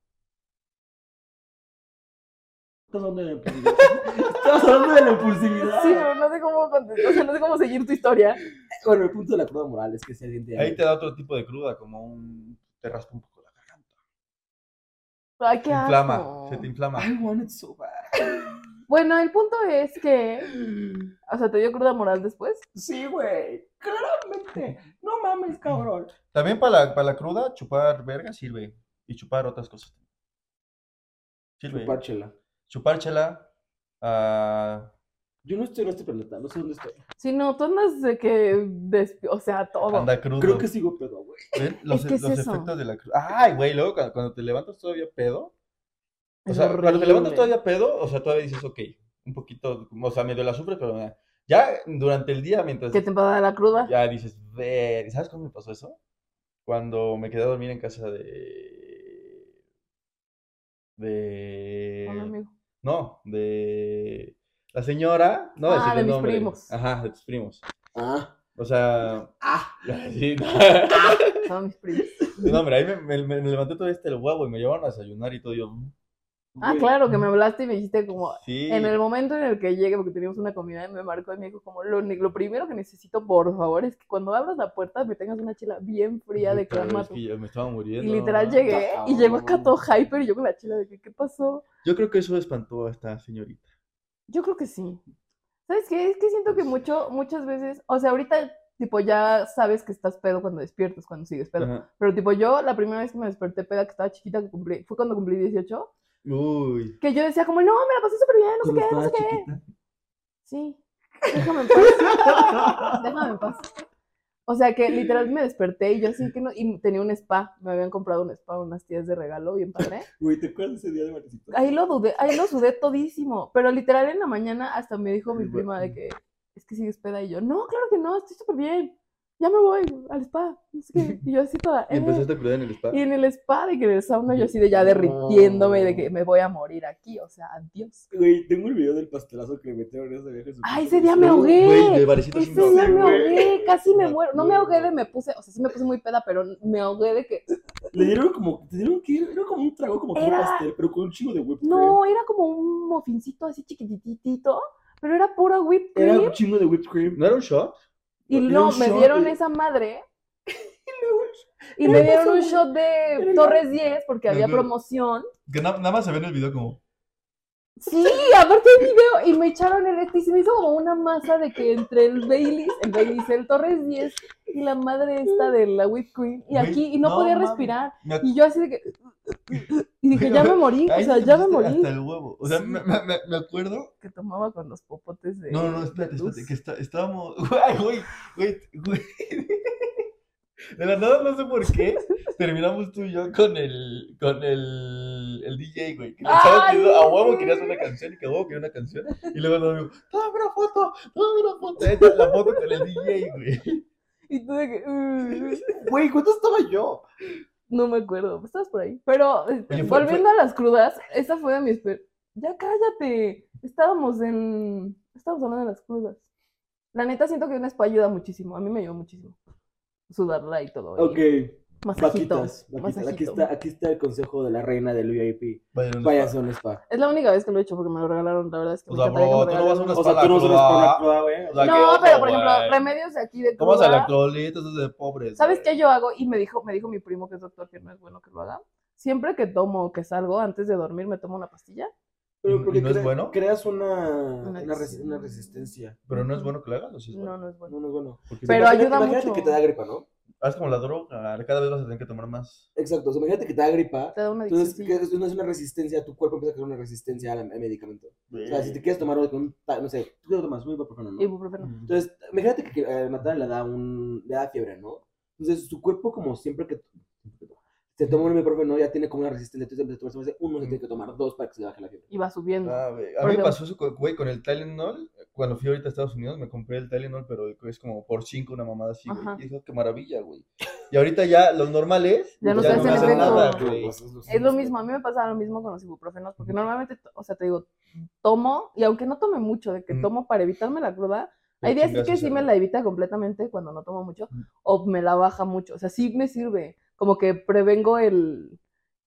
D: Estás hablando de la impulsividad. Estás hablando de la impulsividad.
A: Sí, pero no sé cómo contestar, o sea, no sé cómo seguir tu historia.
D: Bueno, el punto de la prueba moral es que si alguien te
C: Ahí te da otro tipo de cruda, como un. Te raspa un poco la garganta.
A: Ay,
C: Te
A: qué
C: inflama,
A: asco.
C: se te inflama.
D: I want it so bad.
A: Bueno, el punto es que, o sea, te dio cruda moral después.
D: Sí, güey. Claramente. No mames, cabrón.
C: También para la, para la cruda, chupar verga sirve. Y chupar otras cosas. Sirve. Chupar,
D: Chupárchela.
C: chela. ah,
D: Yo no estoy en este planeta, no sé dónde estoy.
A: Si no, tú andas de que, despi- o sea, todo.
C: anda crudo.
D: Creo que sigo pedo, güey.
C: ¿Ven? Los,
A: Es
C: e,
A: que es
C: los
A: eso.
C: efectos de la cruda. Ay, güey, luego cuando, cuando te levantas todavía pedo. O
A: Es
C: sea, cuando te levantas
A: horrible.
C: todavía pedo, o sea, todavía dices, ok, un poquito, o sea, medio la sufres, pero eh, ya durante el día, mientras
A: Que te da la cruda.
C: ya dices, ver, ¿sabes cuándo me pasó eso? Cuando me quedé a dormir en casa de...
A: Hola,
C: De...
A: Ah, amigo.
C: No, de... La señora, no,
A: Ah,
C: decirle
A: de mis
C: nombre.
A: primos.
C: Ajá, de tus primos.
D: Ah.
C: O sea,
D: Ah.
C: sí, no.
A: Son mis primos.
C: No, hombre, ahí me, me- me levanté todo este el huevo y me llevaron a desayunar y todo. Yo, mm,
A: Ah,
D: güey.
A: claro, que me hablaste y me dijiste como,
C: sí.
A: en el momento en el que llegue, porque teníamos una comida, y me marcó y me dijo como, lo, ne- lo primero que necesito, por favor, es que cuando abras la puerta me tengas una chela bien fría de
C: Puta,
A: clamato.
C: es que yo me estaba
A: Y
C: muriendo. no
A: literal
C: mames.
A: llegué y
D: cabrón.
A: llegó acá todo hyper y yo con la chela de que, ¿qué pasó?
C: Yo creo que eso espantó a esta señorita.
A: Yo creo que sí. ¿Sabes qué? Es que siento
C: Pues
A: que mucho, muchas veces, o sea, ahorita tipo ya sabes que estás pedo cuando despiertas, cuando sigues pedo.
C: Ajá.
A: Pero tipo yo, la primera vez que me desperté peda, que estaba chiquita, que cumplí, fue cuando cumplí 18,
C: Uy.
A: que yo decía como, no, me la pasé súper bien, no sé
D: Cuando
A: qué, no
D: estaba
A: sé qué.
D: chiquita.
A: Sí. Déjame en paz. Déjame en paz. O sea que literal me desperté y yo así que no. Y tenía un spa. Me habían comprado un spa, unas tías de regalo, bien padre.
D: Güey, ¿te acuerdas de ese día de Maricito?
A: Ahí lo dudé, ahí lo sudé todísimo. Pero literal en la mañana hasta me dijo mi
C: Sí,
A: prima
C: bueno.
A: de que es que sigues peda. Y yo, no, claro que no, estoy súper bien. ya me voy al spa. no sé qué. Y yo así toda.
C: Y este
A: "Eh".
C: empezaste a cruda en el spa.
A: Y en el spa de que en el sauna yo así de ya derritiéndome de que me voy a morir aquí, o sea, adiós.
B: Güey, tengo el video del pastelazo que me metieron en ese viaje. súper
A: Ay, ese día me
B: delicioso.
A: ahogué.
C: Güey, de varecito
A: Ese
C: sin
A: día
C: cabeza,
A: me
C: güey.
A: ahogué, casi me
C: Me
A: muero. No me ahogué de
C: acuerdo.
A: me puse, o sea, sí me puse muy peda, pero me ahogué de que
D: Le dieron como, te dieron que era como un trago como que un
A: Era-
D: pastel, pero con un chingo de whipped cream.
A: no, era como un mofincito así chiquititito, pero era pura whipped
D: Era
A: cream
D: un chingo de whipped cream.
C: ¿No era un shot?
A: y
D: era
A: no
D: un
A: me
D: shot,
A: dieron
D: eh.
A: esa madre
D: luego-
A: y me
D: Era
A: dieron
D: eso,
A: un
D: güey.
A: shot de
D: el-
A: Torres 10 porque había
C: Ujú.
A: promoción.
C: Que na- nada más se ve en el video como.
A: Sí, aparte del video. Y me echaron el este y se me hizo como una masa de que entre el Baileys, el Baileys, el Torres 10 y la madre esta de la whipped cream. Y
C: Güey,
A: aquí, y no,
C: no
A: podía
C: mames.
A: respirar.
C: Me ac-
A: Y yo así de que. Y dije,
C: Güey,
A: ya me morí, o
C: ahí
A: sea,
C: te
A: ya me
C: pusiste
A: morí.
C: Hasta el huevo. O sea,
A: Sí.
C: me, me- me- me acuerdo.
A: Que tomaba con los popotes de.
C: No, no, no, espérate,
A: de luz.
C: espérate. Que está- estábamos. Güey, güey, güey, güey. De la nada, no sé por qué. Terminamos tú y yo con el. Con el. El DJ, güey. Que le estaba
A: Ay,
C: pidiendo- a huevo
A: sí.
C: querías una canción y que a huevo quería una canción. Y luego nos dijo, dame una foto, dame una foto. Ahí está La foto con el DJ, güey.
A: Y tú de que. "Uh,
D: Güey, ¿cuánto estaba yo?
A: no me acuerdo, estabas por ahí. Pero eh,
C: fue-
A: volviendo a las crudas, esa fue de mis. pe- Ya cállate. Estábamos en. Estábamos hablando de las crudas. La neta siento que un spa ayuda muchísimo. A mí me ayudó muchísimo. Sudarla y todo. y
B: Ok,
A: masajito,
B: vaquitas. vaquitas. Aquí,
A: masajito.
B: está, aquí está el consejo de la reina del VIP.
C: Vayan a un
B: Vayas a un spa.
A: Es la única vez que lo he hecho porque me lo regalaron. La verdad es que
C: O
A: me
C: sea,
A: encantaría que
C: bro,
A: me
C: tú no vas a
A: regalaran
C: una
B: O sea,
C: spa
B: tú no
C: la
B: usas para
C: cruda.
B: cruda, güey.
C: O sea,
A: No,
C: qué oso,
A: pero por ejemplo,
C: güey.
A: remedios de aquí de
C: ¿Cómo se
A: cruda,
C: electrolitos? Eso es de pobres.
A: ¿Sabes
C: güey.
A: qué yo hago? Y me dijo, me dijo mi primo que es doctor que no es bueno que lo haga. Siempre que tomo o que salgo antes de dormir me tomo una pastilla.
C: ¿Y-
D: Pero porque
C: y no es
D: crea-
C: bueno?
D: creas una,
A: Una
D: una, res-
A: adicción.
D: una resistencia.
C: Pero no es bueno que lo hagas, ¿o sí es bueno?
A: Mm. No, no es bueno.
D: No, no es bueno.
C: Porque
A: Pero
D: Imagínate-
A: ayuda
D: imagínate
A: mucho.
D: que te da gripa, ¿no?
C: Haz como la droga, cada vez vas a tener que tomar más.
D: Exacto. o sea, imagínate que te da gripa.
A: Te da una adicción.
D: Entonces,
A: sí.
D: que es- no es una resistencia, tu cuerpo empieza a crear una resistencia al, al medicamento. O sea, si te quieres tomar algo con un, ta- no sé, tú te lo tomas muy ibuprofeno, ¿no?
A: Ibuprofeno.
C: Mm.
D: Entonces, imagínate que eh, Natalia le da un, le da fiebre, ¿no? Entonces, su cuerpo como siempre que se toma un ibuprofeno ya tiene como una resistencia, entonces en vez de tomarse uno se tiene que tomar dos para que se le baje la fiebre.
A: Y va subiendo.
C: Ah, güey, A
A: Mm. Por
C: mí me
A: ejemplo-
C: pasó eso, con- güey, con el Tylenol. Cuando fui ahorita a Estados Unidos, me compré el Tylenol, pero es como por cinco una mamada así, güey.
A: Ajá.
C: Y dije, qué maravilla, güey. Y ahorita ya los normales
A: Ya no
D: Entonces,
A: se hace
C: me
A: el
C: hacen
A: efecto.
C: nada, güey.
D: Pues,
A: Es lo mismo, a mí me pasaba lo mismo con los ibuprofenos, porque normalmente, to- o sea, te digo, tomo, y aunque no tome mucho, de que
C: Ujú.
A: tomo para evitarme la cruda,
C: Pero
A: hay días
C: chingas,
A: que
C: o sea,
A: sí me la evita completamente cuando no tomo mucho,
C: Ujú.
A: o me la baja mucho, o sea, sí me sirve, como que prevengo el,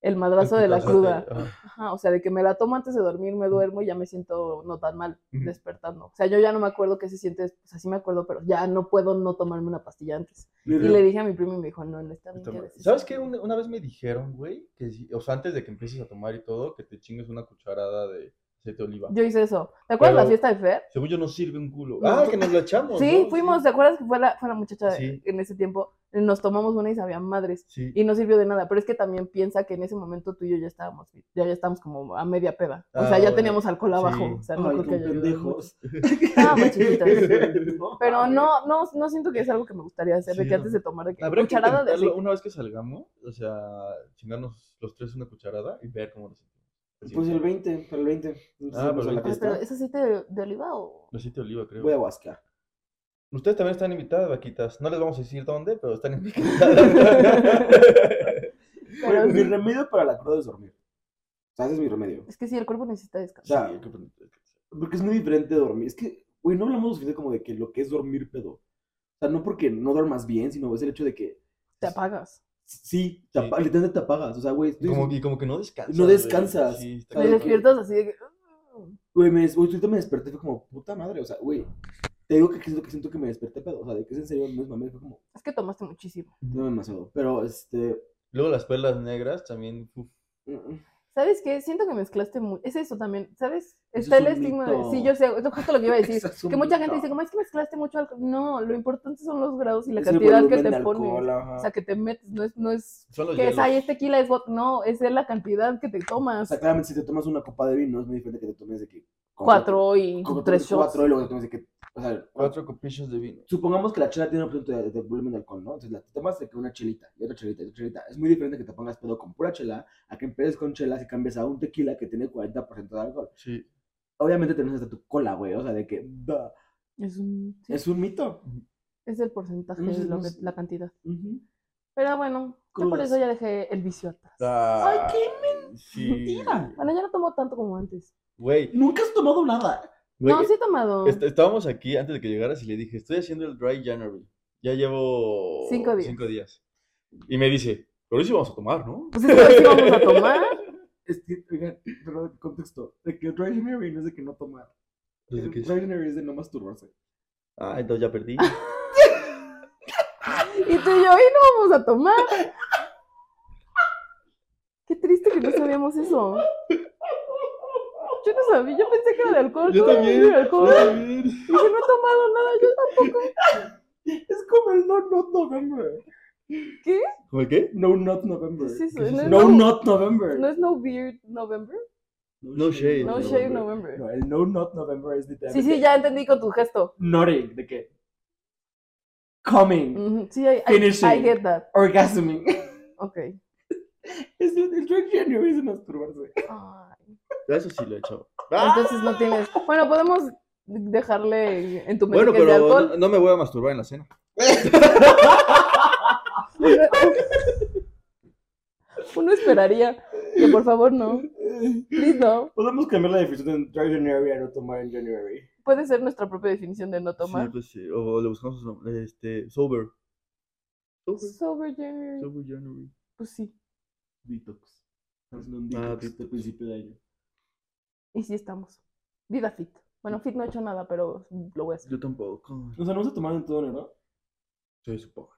A: el madrazo de la
C: Ajá.
A: cruda.
C: Ajá.
A: Ajá, o sea, de que me la tomo antes de dormir, me duermo y ya me siento no tan mal
C: Ujú.
A: despertando. O sea, yo ya no me acuerdo qué se siente, des- o sea, sí me acuerdo, pero ya no puedo no tomarme una pastilla antes.
D: pues,
A: Y le dije a mi primo y me dijo, no, no está bien. que
C: Toma-
A: des eso".
C: ¿Sabes qué? Una, una vez me dijeron, güey, que si- o sea, antes de que empieces a tomar y todo, que te chingues una cucharada de aceite de oliva.
A: Yo hice eso. ¿Te acuerdas
C: Pero-
A: la fiesta de Fer?
C: Según yo no sirve un culo.
A: No.
C: Ah, que nos lo echamos.
A: Sí,
C: ¿no?
A: fuimos, ¿te acuerdas que fue la, fue la muchacha de-
C: Sí.
A: en ese tiempo? Nos tomamos una y sabía madres.
C: Sí.
A: Y no sirvió de nada, pero es que también piensa que en ese momento tú y yo ya estábamos, ya, ya estábamos como a media peda. O
C: Ah,
A: sea, ya
C: bueno.
A: teníamos alcohol abajo.
C: Sí.
A: O sea, no
D: Ay,
A: creo que
D: con
A: haya ayudado mucho.
D: pendejos.
A: Estábamos chiquitos.
D: No,
A: Pero
D: mames.
A: no, no, no siento que es algo que me gustaría hacer, de
C: Sí,
A: que
C: no.
A: antes de tomar de que
C: Habrá que
A: cucharada de
C: intentarlo
A: aceite.
C: una vez que salgamos, o sea, chingarnos los tres una cucharada y ver cómo nos sentimos. Así,
D: Pues el 20, para el 20. Entonces,
C: Ah,
D: vamos a
C: pero
D: la
A: Ah,
D: fiesta.
A: pero ¿Es aceite de, de oliva o...?
C: Aceite de oliva, creo.
D: Voy a Huasca.
C: Ustedes también están invitadas, vaquitas. No les vamos a decir dónde, pero están invitadas.
A: Pero
D: pues mi
A: sí,
D: remedio para la cruda es dormir. O sea, ese es mi remedio.
A: es que sí, el cuerpo necesita
D: O
A: descansar.
D: sea,
C: Sí, qué bonito.
D: porque es muy diferente dormir. Es que, güey, no hablamos suficiente como de que lo que es dormir pedo. O sea, no porque no duermas bien, sino es el hecho de que
A: Te apagas.
D: sí, te
C: Sí.
D: apa- literalmente te apagas. O sea, güey, estoy-
C: Como, y como que no descansas.
D: No
C: güey.
D: descansas.
C: Sí, está
A: Te
D: Claro que-
C: cabrón.
A: despiertas así de que...
D: güey, me, des- güey, ahorita me desperté fue como, puta madre. O sea, güey, te digo que siento que, siento que me desperté pedo. O sea, de que es en serio, no es mame, fue como,
A: Es que tomaste muchísimo.
D: no demasiado. Pero, este,
C: Luego las perlas negras también. uf.
D: mm,
A: ¿Sabes qué? Siento que mezclaste mucho. Es eso también, ¿sabes?
D: Eso
A: Está
D: es
A: el
D: un
A: estigma de...
D: mito.
A: Sí, yo sé, es justo lo que iba a decir.
D: Eso es un
A: que mucha gente
D: mito.
A: dice, como es que mezclaste mucho alcohol. No, lo importante son los grados y la
D: es el
A: cantidad que
D: volumen de
A: te
D: alcohol, ah.
A: pones.
D: ajá.
A: O sea, que te metes, no es... No es
C: Son los
A: que es,
C: hielos.
A: ahí es tequila, es vodka. No, es de la cantidad que te
D: O
A: tomas.
D: sea, claramente si te tomas una copa de vino es muy diferente que te tomes de que...
A: cuatro y
D: como
A: tres shots.
D: Cuatro y luego te tomes de que... O sea,
C: Cuatro copillos de vino.
D: Supongamos que la chela tiene un punto de, de volumen de alcohol, ¿no? Entonces la te tomas de que una chelita y otra chelita y otra chelita. Es muy diferente que te pongas pedo con pura chela a que empieces con chelas y cambies a un tequila que tiene 40% de alcohol.
C: Sí.
D: Obviamente tenés hasta tu cola, güey. O sea, de que... da.
A: Es un... sí.
D: Es un mito.
A: Es el porcentaje,
D: No sé,
A: lo
D: no
A: que-
D: sé.
A: la cantidad.
D: Ujú.
A: Pero bueno, yo por
D: Crudas.
A: eso ya dejé el vicio atrás.
C: Ah.
D: ¡Ay,
C: Ay,
D: qué
C: sí.
D: mentira!
A: Bueno, ya no tomo tanto como antes.
C: Güey,
D: Nunca has tomado nada.
C: güey, este
A: No, sí he tomado.
C: est- estábamos aquí antes de que llegaras y le dije, estoy haciendo el Dry January. Ya llevo
A: Cinco días.
C: días. Y me dice, pero hoy sí vamos a tomar, ¿no?
A: Pues es que ahora sí vamos a tomar.
D: Es que, oigan, pero de contexto, de que Dry January no es de que no tomar.
C: Desde que-
D: Dry January es de no masturbarse.
C: Ah, entonces ya perdí.
A: Y tú y yo, y no vamos a tomar. Qué triste que no sabíamos eso. Yo no sabía, yo pensé que era de alcohol.
C: Yo
A: ¿cómo
C: también,
A: era de alcohol?
C: yo también.
A: Y yo no he tomado nada, yo
D: Es como el No Not November.
C: ¿Cómo el qué?
D: No Not November.
A: ¿Qué es eso?
C: ¿Qué es
A: No,
C: eso?
A: es
D: No,
A: no,
D: Not November.
A: no es no beard November.
C: No shade.
A: No shave November.
D: No, el No Not November es
A: Sí,
D: literalmente.
A: sí, ya entendí con tu gesto.
D: Nutting, de que. Coming.
A: Ujú, Sí, I, I,
D: Finishing.
A: I get that.
D: Orgasming.
A: Ok.
D: Es el, el Dry January es de masturbarse.
A: Ay,
C: Eso sí lo he hecho. Ah,
A: Entonces no tienes. Bueno, podemos dejarle en tu mente
C: Bueno,
A: que es de
C: pero
A: pues, alcohol.
C: no, no me voy a masturbar en la cena.
A: Uno- Uno esperaría que por favor no. Please no.
D: Podemos cambiar la definición de Dry January a no tomar en January.
A: Puede ser nuestra propia definición de no tomar.
C: Sí, pues sí. O le buscamos otro nombre, este, sober. Sober.
A: Sober January.
C: Sober January.
A: Pues sí.
D: Detox. Haciendo un
C: Ah,
D: detox de principio de año.
A: Y sí estamos. Vida fit. Bueno, fit no he hecho nada, pero lo voy a hacer.
C: Yo tampoco.
D: O sea, no se tomaron en todo enero.
C: Soy supongo.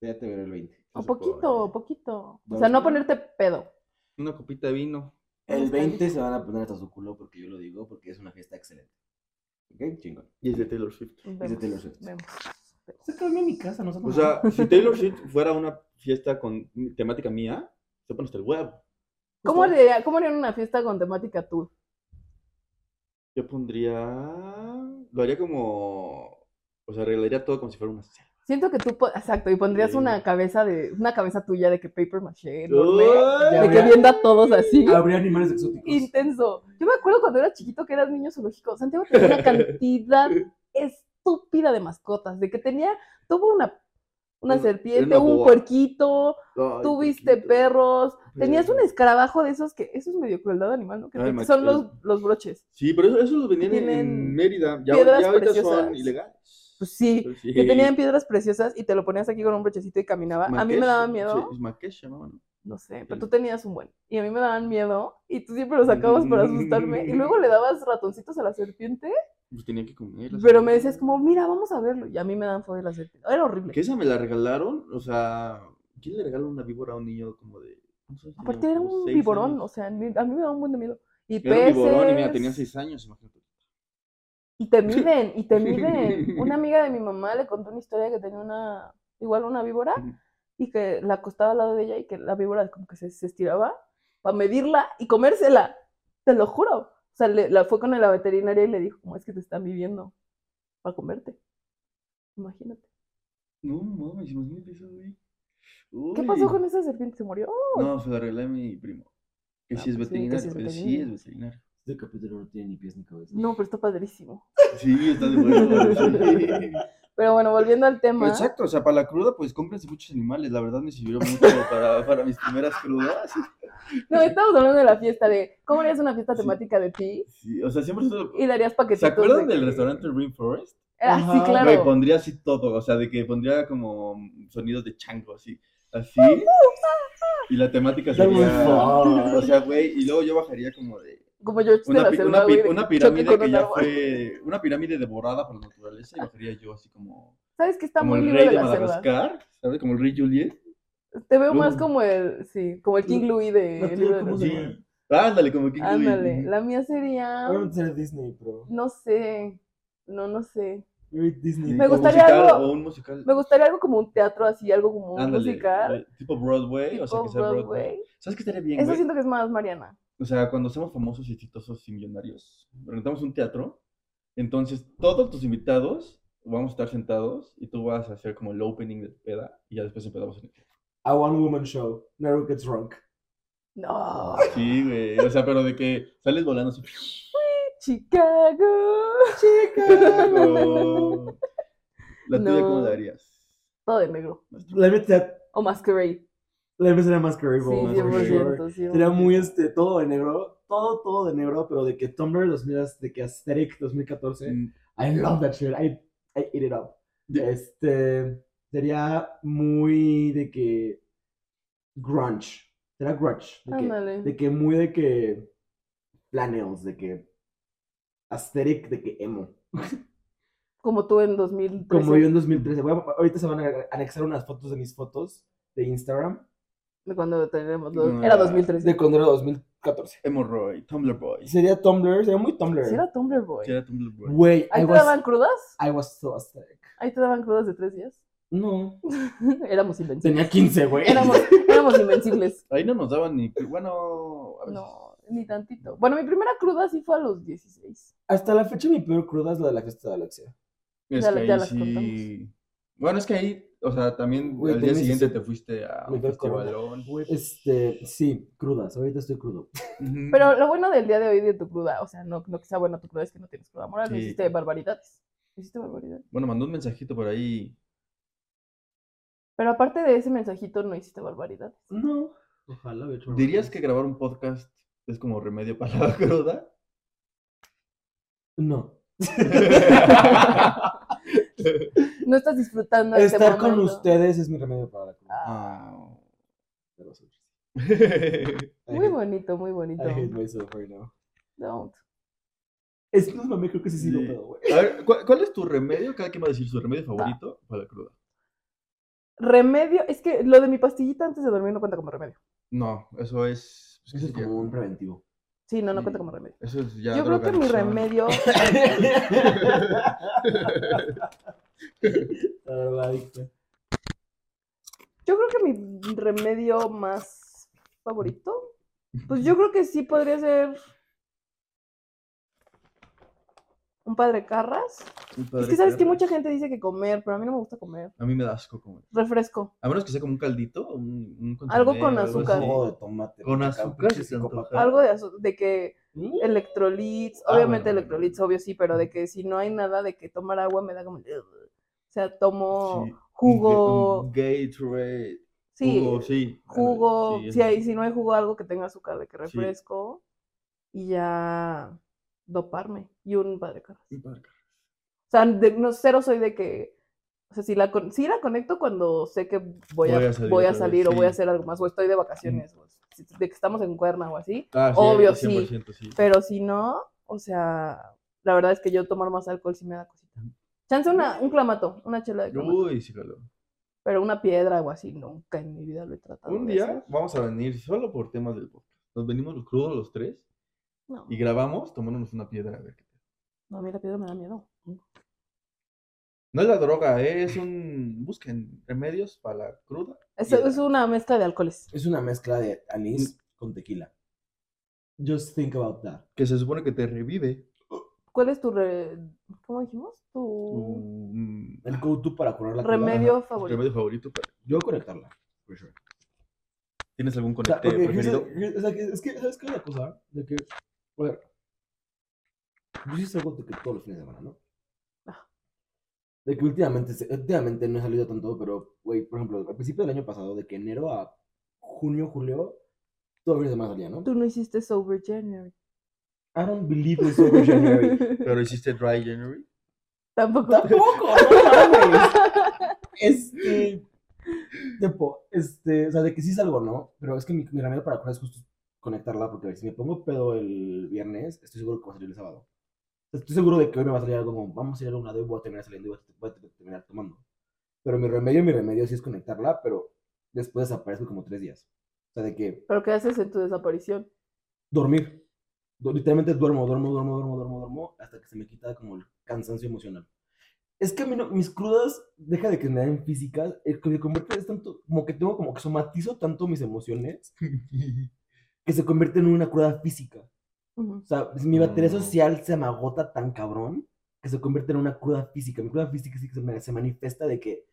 D: Ya te veré el 20.
A: O
C: se puede.
A: poquito, poquito. O
D: Vamos
A: sea, no
D: bien.
A: ponerte pedo.
C: Una copita de vino.
D: El 20 se van a poner hasta su culo porque yo lo digo porque es una fiesta excelente. ¿Ok? Chingón.
C: Y es de Taylor Swift.
A: Vemos,
D: Taylor Swift.
A: vemos.
D: Se cambió mi casa, no se
C: O sea, si Taylor Swift fuera una fiesta con temática mía, se pone hasta el huevo.
A: ¿Cómo haría, ¿Cómo harían una fiesta con temática tú?
C: Yo pondría. Lo haría como. O sea, arreglaría todo como si fuera una cena.
A: Siento que tú, po- exacto, y pondrías
C: Sí.
A: una cabeza de, una cabeza tuya de que paper maché, enorme,
C: ¡Ay!
D: Ya
A: de que
D: habría-
A: viendo a todos así.
D: Habría animales exóticos.
C: pues.
A: intenso. Yo me acuerdo cuando era chiquito que eras niño zoológico. Santiago tenía una cantidad estúpida de mascotas, de que tenía, tuvo una, una
C: Una-
A: serpiente,
C: una
A: un
C: boa.
A: puerquito,
C: Ay,
A: tuviste
C: poquito.
A: perros, tenías un
C: Perro.
A: escarabajo de esos que, eso es medio crueldad animal, ¿no? Que
C: Ay,
A: te-
C: macho,
A: son los, los broches.
C: Sí, pero eso, eso lo vendían en-
A: Tienen
C: en Mérida. Ya,
A: piedras
C: ya ahorita son
A: preciosas.
C: ilegales.
A: Pues sí,
C: Pero sí.
A: que tenían piedras preciosas y te lo ponías aquí con un brochecito y caminaba. A mí me
C: Marqués,
A: daba
C: sí,
A: miedo,
C: es Marqués, se llamaba, ¿no?
A: no sé,
C: Sí.
A: pero tú tenías un buen. Y a mí me daban miedo y tú siempre lo sacabas para asustarme. Y luego le dabas ratoncitos a la serpiente
C: Pues tenía que comer. la
A: Pero
C: señora.
A: me decías como, mira, vamos a verlo. Y a mí me dan fobia las serpientes. Era horrible.
C: Que esa me la regalaron, o sea, ¿quién le regaló una víbora a un niño como de... ¿cuántos años tenía?
A: Aparte era
C: Como
A: un
C: seis
A: biborón,
C: años.
A: o sea, ni- a mí me da un buen de miedo. Y
C: Era un
A: peces.
C: biborón y mira, tenía seis años, imagínate.
A: Y te miden, y te miden. Una amiga de mi mamá le contó una historia que tenía una, igual una víbora,
C: Ujú.
A: y que la acostaba al lado de ella y que la víbora como que se, se estiraba para medirla y comérsela. Te lo juro. O sea, le- la fue con la veterinaria y le dijo, como es que te están viviendo para comerte. Imagínate.
C: No mames, imagínate eso, güey.
A: ¿Qué pasó
C: Uy.
A: con esa serpiente? ¿Se murió?
C: No, se la regalé a mi primo. Que
A: Ah,
C: sí es
A: pues sí, que sí
C: veterinario.
A: es
C: él Sí
A: veterinario.
C: es veterinario.
D: Este capítulo no tiene ni pies ni cabeza.
A: No, pero está padrísimo.
C: Sí, está de huevo. sí.
A: Pero bueno, volviendo al tema.
C: Exacto, o sea, para la cruda, pues cómprense muchos animales. La verdad me sirvió mucho para, para mis primeras crudas.
A: No, estamos hablando de la fiesta, de cómo harías una fiesta
C: Sí.
A: temática de ti
C: Sí, o sea, siempre... se lo-
A: y darías paquetitos.
C: ¿Se acuerdan
A: de
C: del
A: que-
C: restaurante Rainforest?
A: Ah, sí,
D: Ajá.
A: claro.
C: Güey, pondría así todo, o sea, de que pondría como sonidos de chango, así. Así. Y la temática
D: Está muy
C: sería.
D: fun.
C: O sea, güey, y luego yo bajaría como de.
A: Como yo de
C: Una,
A: la
C: pi-
A: selva,
C: una pi-
A: güey, de
C: una
A: que choque
C: pirámide
A: con
C: que
A: un
C: ya
A: árbol.
C: fue. Una pirámide devorada por la naturaleza, y bajaría yo así como.
A: ¿Sabes que está
C: Como
A: muy
C: el
A: libre
C: rey
A: de
C: de
A: la selva?
C: Madagascar, ¿sabes? Como el rey Juliet.
A: Te veo más
C: Uh.
A: como el, sí, como el King Louis de...
D: No
A: el
D: tiene
A: libro de
D: cómo
A: la
D: se
C: Sí.
A: selva.
D: llama.
C: Ándale, como King Louis.
A: Ándale, la mía sería,
D: Obviamente será Disney, pero.
A: no sé, no, no sé.
D: Maybe Disney.
A: Me
C: O
A: gustaría
C: musical,
A: algo-
C: O un musical.
A: Me gustaría algo como un teatro así, algo como un
C: Ándale,
A: musical,
C: eh, Tipo Broadway, o sea,
A: tipo
C: que sea Broadway.
A: Broadway.
C: ¿Sabes qué estaría bien?
A: Eso
C: güey?
A: siento que es más Mariana.
C: O sea, cuando somos famosos y exitosos y millonarios, rentamos un teatro, entonces todos tus invitados vamos a estar sentados y tú vas a hacer como el opening de peda y ya después empezamos en el teatro.
D: A One Woman Show. Never Gets Drunk.
A: No,
C: Sí, güey. O sea, pero de que sales volando así.
A: Chicago.
C: "Chicago". La tuya, ¿cómo
A: No.
C: la harías?
A: Todo de negro.
D: La mía sería,
A: O masquerade.
D: la mía sería más
A: Sí,
D: creíble.
C: sí, por
A: 100%. sí,
D: Sería muy este, todo de negro, todo, todo de negro, pero de que Tumblr 2000, de que Asterix 2014, I love that shit, I, I eat it up.
C: Yeah.
D: Este, sería muy de que grunge, sería grunge, de que,
A: Ándale.
D: de que muy de que flannels, de que Asterix, de que emo.
A: Como tú en 2013.
D: Como yo en 2013, voy a- ahorita se van a anexar unas fotos de mis fotos de Instagram
A: De cuando teníamos dos-
C: No,
A: Era
C: era-
A: 2013.
D: de cuando era 2014.
C: Hemorrhoid, Tumblr Boy.
D: Sería Tumblr, sería muy Tumblr.
A: Sí, era Tumblr Boy.
C: ¿Qué era Tumblr Boy?
D: Güey, I
A: ¿Ahí te
D: was-
A: daban crudas?
D: I was so aesthetic.
A: ¿Ahí te daban crudas de tres días?
D: No.
A: Éramos invencibles.
D: Tenía 15, güey.
A: Éramos, éramos invencibles.
C: Ahí no nos daban ni. Bueno, a veces.
A: No, ni tantito. Bueno, mi primera cruda sí fue a los 16.
D: Hasta la fecha mi peor cruda es la de la fiesta de Alexia.
C: Es
A: Ya
C: que
A: la- ya
C: ahí
A: las
C: sí. Bueno, es que ahí, o sea, también
D: Güey,
C: al día
D: tenés-
C: siguiente te fuiste a
D: Me
C: un
D: dio corona.
C: festivalón.
D: Este, sí, crudas. Ahorita estoy crudo.
C: Ujú.
A: Pero lo bueno del día de hoy de tu cruda, o sea, no, no que sea buena tu cruda, es que no tienes cruda moral, no
C: Sí.
A: hiciste barbaridades. No hiciste barbaridades.
C: Bueno, mandó un mensajito por ahí.
A: Pero aparte de ese mensajito, no hiciste barbaridades.
D: No. Ojalá. hubiera hecho
C: ¿Dirías
D: más.
C: que grabar un podcast es como remedio para la cruda?
D: No.
A: No estás disfrutando de este
D: Estar con
A: momento.
D: ustedes es mi remedio para la cruda.
A: Ah.
C: Ah.
D: Pero sí. I
A: Muy
D: hate-
A: bonito, muy bonito.
D: I hate myself right now.
A: Don't.
D: Es que no mames, creo que sí, sí,
C: Sí.
D: no pedo, güey.
C: A ver, ¿cuál, cuál es tu remedio? Cada quien va a decir su remedio favorito para la cruda.
A: Remedio, es que lo de mi pastillita antes de dormir no cuenta como remedio.
C: No, eso es. pues, ¿qué
D: Eso es
C: sería?
D: como un preventivo.
A: Sí, no, no
C: Sí.
A: cuenta como remedio.
C: Eso es ya.
A: Yo creo que mi
C: drogadicción.
A: remedio,
D: La verdad, dicta.
A: yo creo que mi remedio más favorito, pues yo creo que sí podría ser un padre carras.
C: Un
A: Es
C: padre
A: que sabes que
C: perro.
A: mucha gente dice que comer, pero a mí no me gusta comer.
C: A mí me da asco como.
A: Refresco.
C: A menos que sea como un caldito, un, un consomé,
A: Algo con
C: así.
A: azúcar.
D: Jugo de tomate.
C: Con
D: me
C: azúcar
D: cago, pinche
C: se te antoja.
D: psicópata.
A: Algo de, azu- de que
D: Mm.
A: electrolits,
D: Ah,
A: obviamente
D: bueno.
A: electrolits, obvio sí, pero de que si no hay nada de que tomar agua me da como... O sea, tomo
C: Sí, un
A: jugo,
C: ga- un Gatorade.
A: sí,
C: Jugo, sí.
A: jugo,
C: Sí,
A: si,
C: es-
A: hay- si no hay jugo, algo que tenga azúcar, de que refresco y ya doparme y un padre carro.
C: un padre perro.
A: O sea, de, no, cero soy de que, o sea, si la, con- sí la conecto cuando sé que voy a, voy a salir, o
C: otra vez,
A: voy a
C: sí.
A: hacer algo más, o estoy de vacaciones, o si- de que estamos en cuerna o así,
C: Ah,
A: Obvio, sí.
C: 100%, sí.
A: pero si no, o sea, la verdad es que yo tomar más alcohol sí me da cosita. Chance una, un clamato, una chela de clamato,
C: Uy, sí, claro.
A: pero una piedra o así, nunca en mi vida lo he tratado
C: Un
A: de
C: día
A: hacer.
C: vamos a venir solo por temas del podcast. Nos venimos los crudos los tres
A: No,
C: y grabamos tomándonos una piedra. A ver. qué tal.
A: no, a mí la piedra me da miedo.
C: No es la droga, ¿eh? es un. Busquen remedios para la cruda.
A: Es,
C: Piedra.
A: es una mezcla de alcoholes.
D: Es una mezcla de anís con tequila. Just think about that.
C: Que se supone que te revive.
A: ¿Cuál es tu, re- cómo dijimos? Tu
D: Uh.
C: tu, mm,
D: El go-to para curar la cruda.
A: remedio
C: tu
A: favorito.
C: remedio favorito. para-
D: Yo conectarla. for sure.
C: ¿Tienes algún
D: O sea,
C: conecte
D: porque
C: preferido?
D: fíjate- o sea, que- es que, ¿sabes qué es la cosa? De que, a ver, yo sí salgo de que todos los fines de semana, ¿no?
A: Ah.
D: De que últimamente, se- últimamente no he salido tanto, pero, güey, por ejemplo, al principio del año pasado, de que enero a junio, julio, todos los fines de semana salía, ¿no?
A: Tú no hiciste Sober January.
D: I don't believe in sober January.
C: Pero hiciste Dry January.
A: Tampoco.
D: Tampoco, no mames. Este. Tiempo. Este. O sea, de que sí salgo, ¿no? Pero es que mi, mi remedio para curar es justo conectarla, porque si me pongo pedo el viernes, estoy seguro que va a salir el sábado. Estoy seguro de que hoy me va a salir algo como, vamos a ir a una de voy a terminar saliendo y voy a, voy a terminar tomando. Pero mi remedio, mi remedio sí es conectarla, pero después desaparezco como tres días. O sea, de que
A: ¿Pero qué haces en tu desaparición?
D: dormir. Du- literalmente duermo, duermo, duermo, duermo, duermo, duermo, hasta que se me quita como el cansancio emocional. Es que a mí no- mis crudas, deja de que me den físicas, eh, que se convierte es tanto, como que tengo como que somatizo tanto mis emociones, que se convierte en una cruda física.
A: Ujú.
D: O sea, pues, mi batería
C: Mm.
D: social se me agota tan cabrón, que se convierte en una cruda física. Mi cruda física sí que se, me- se manifiesta de que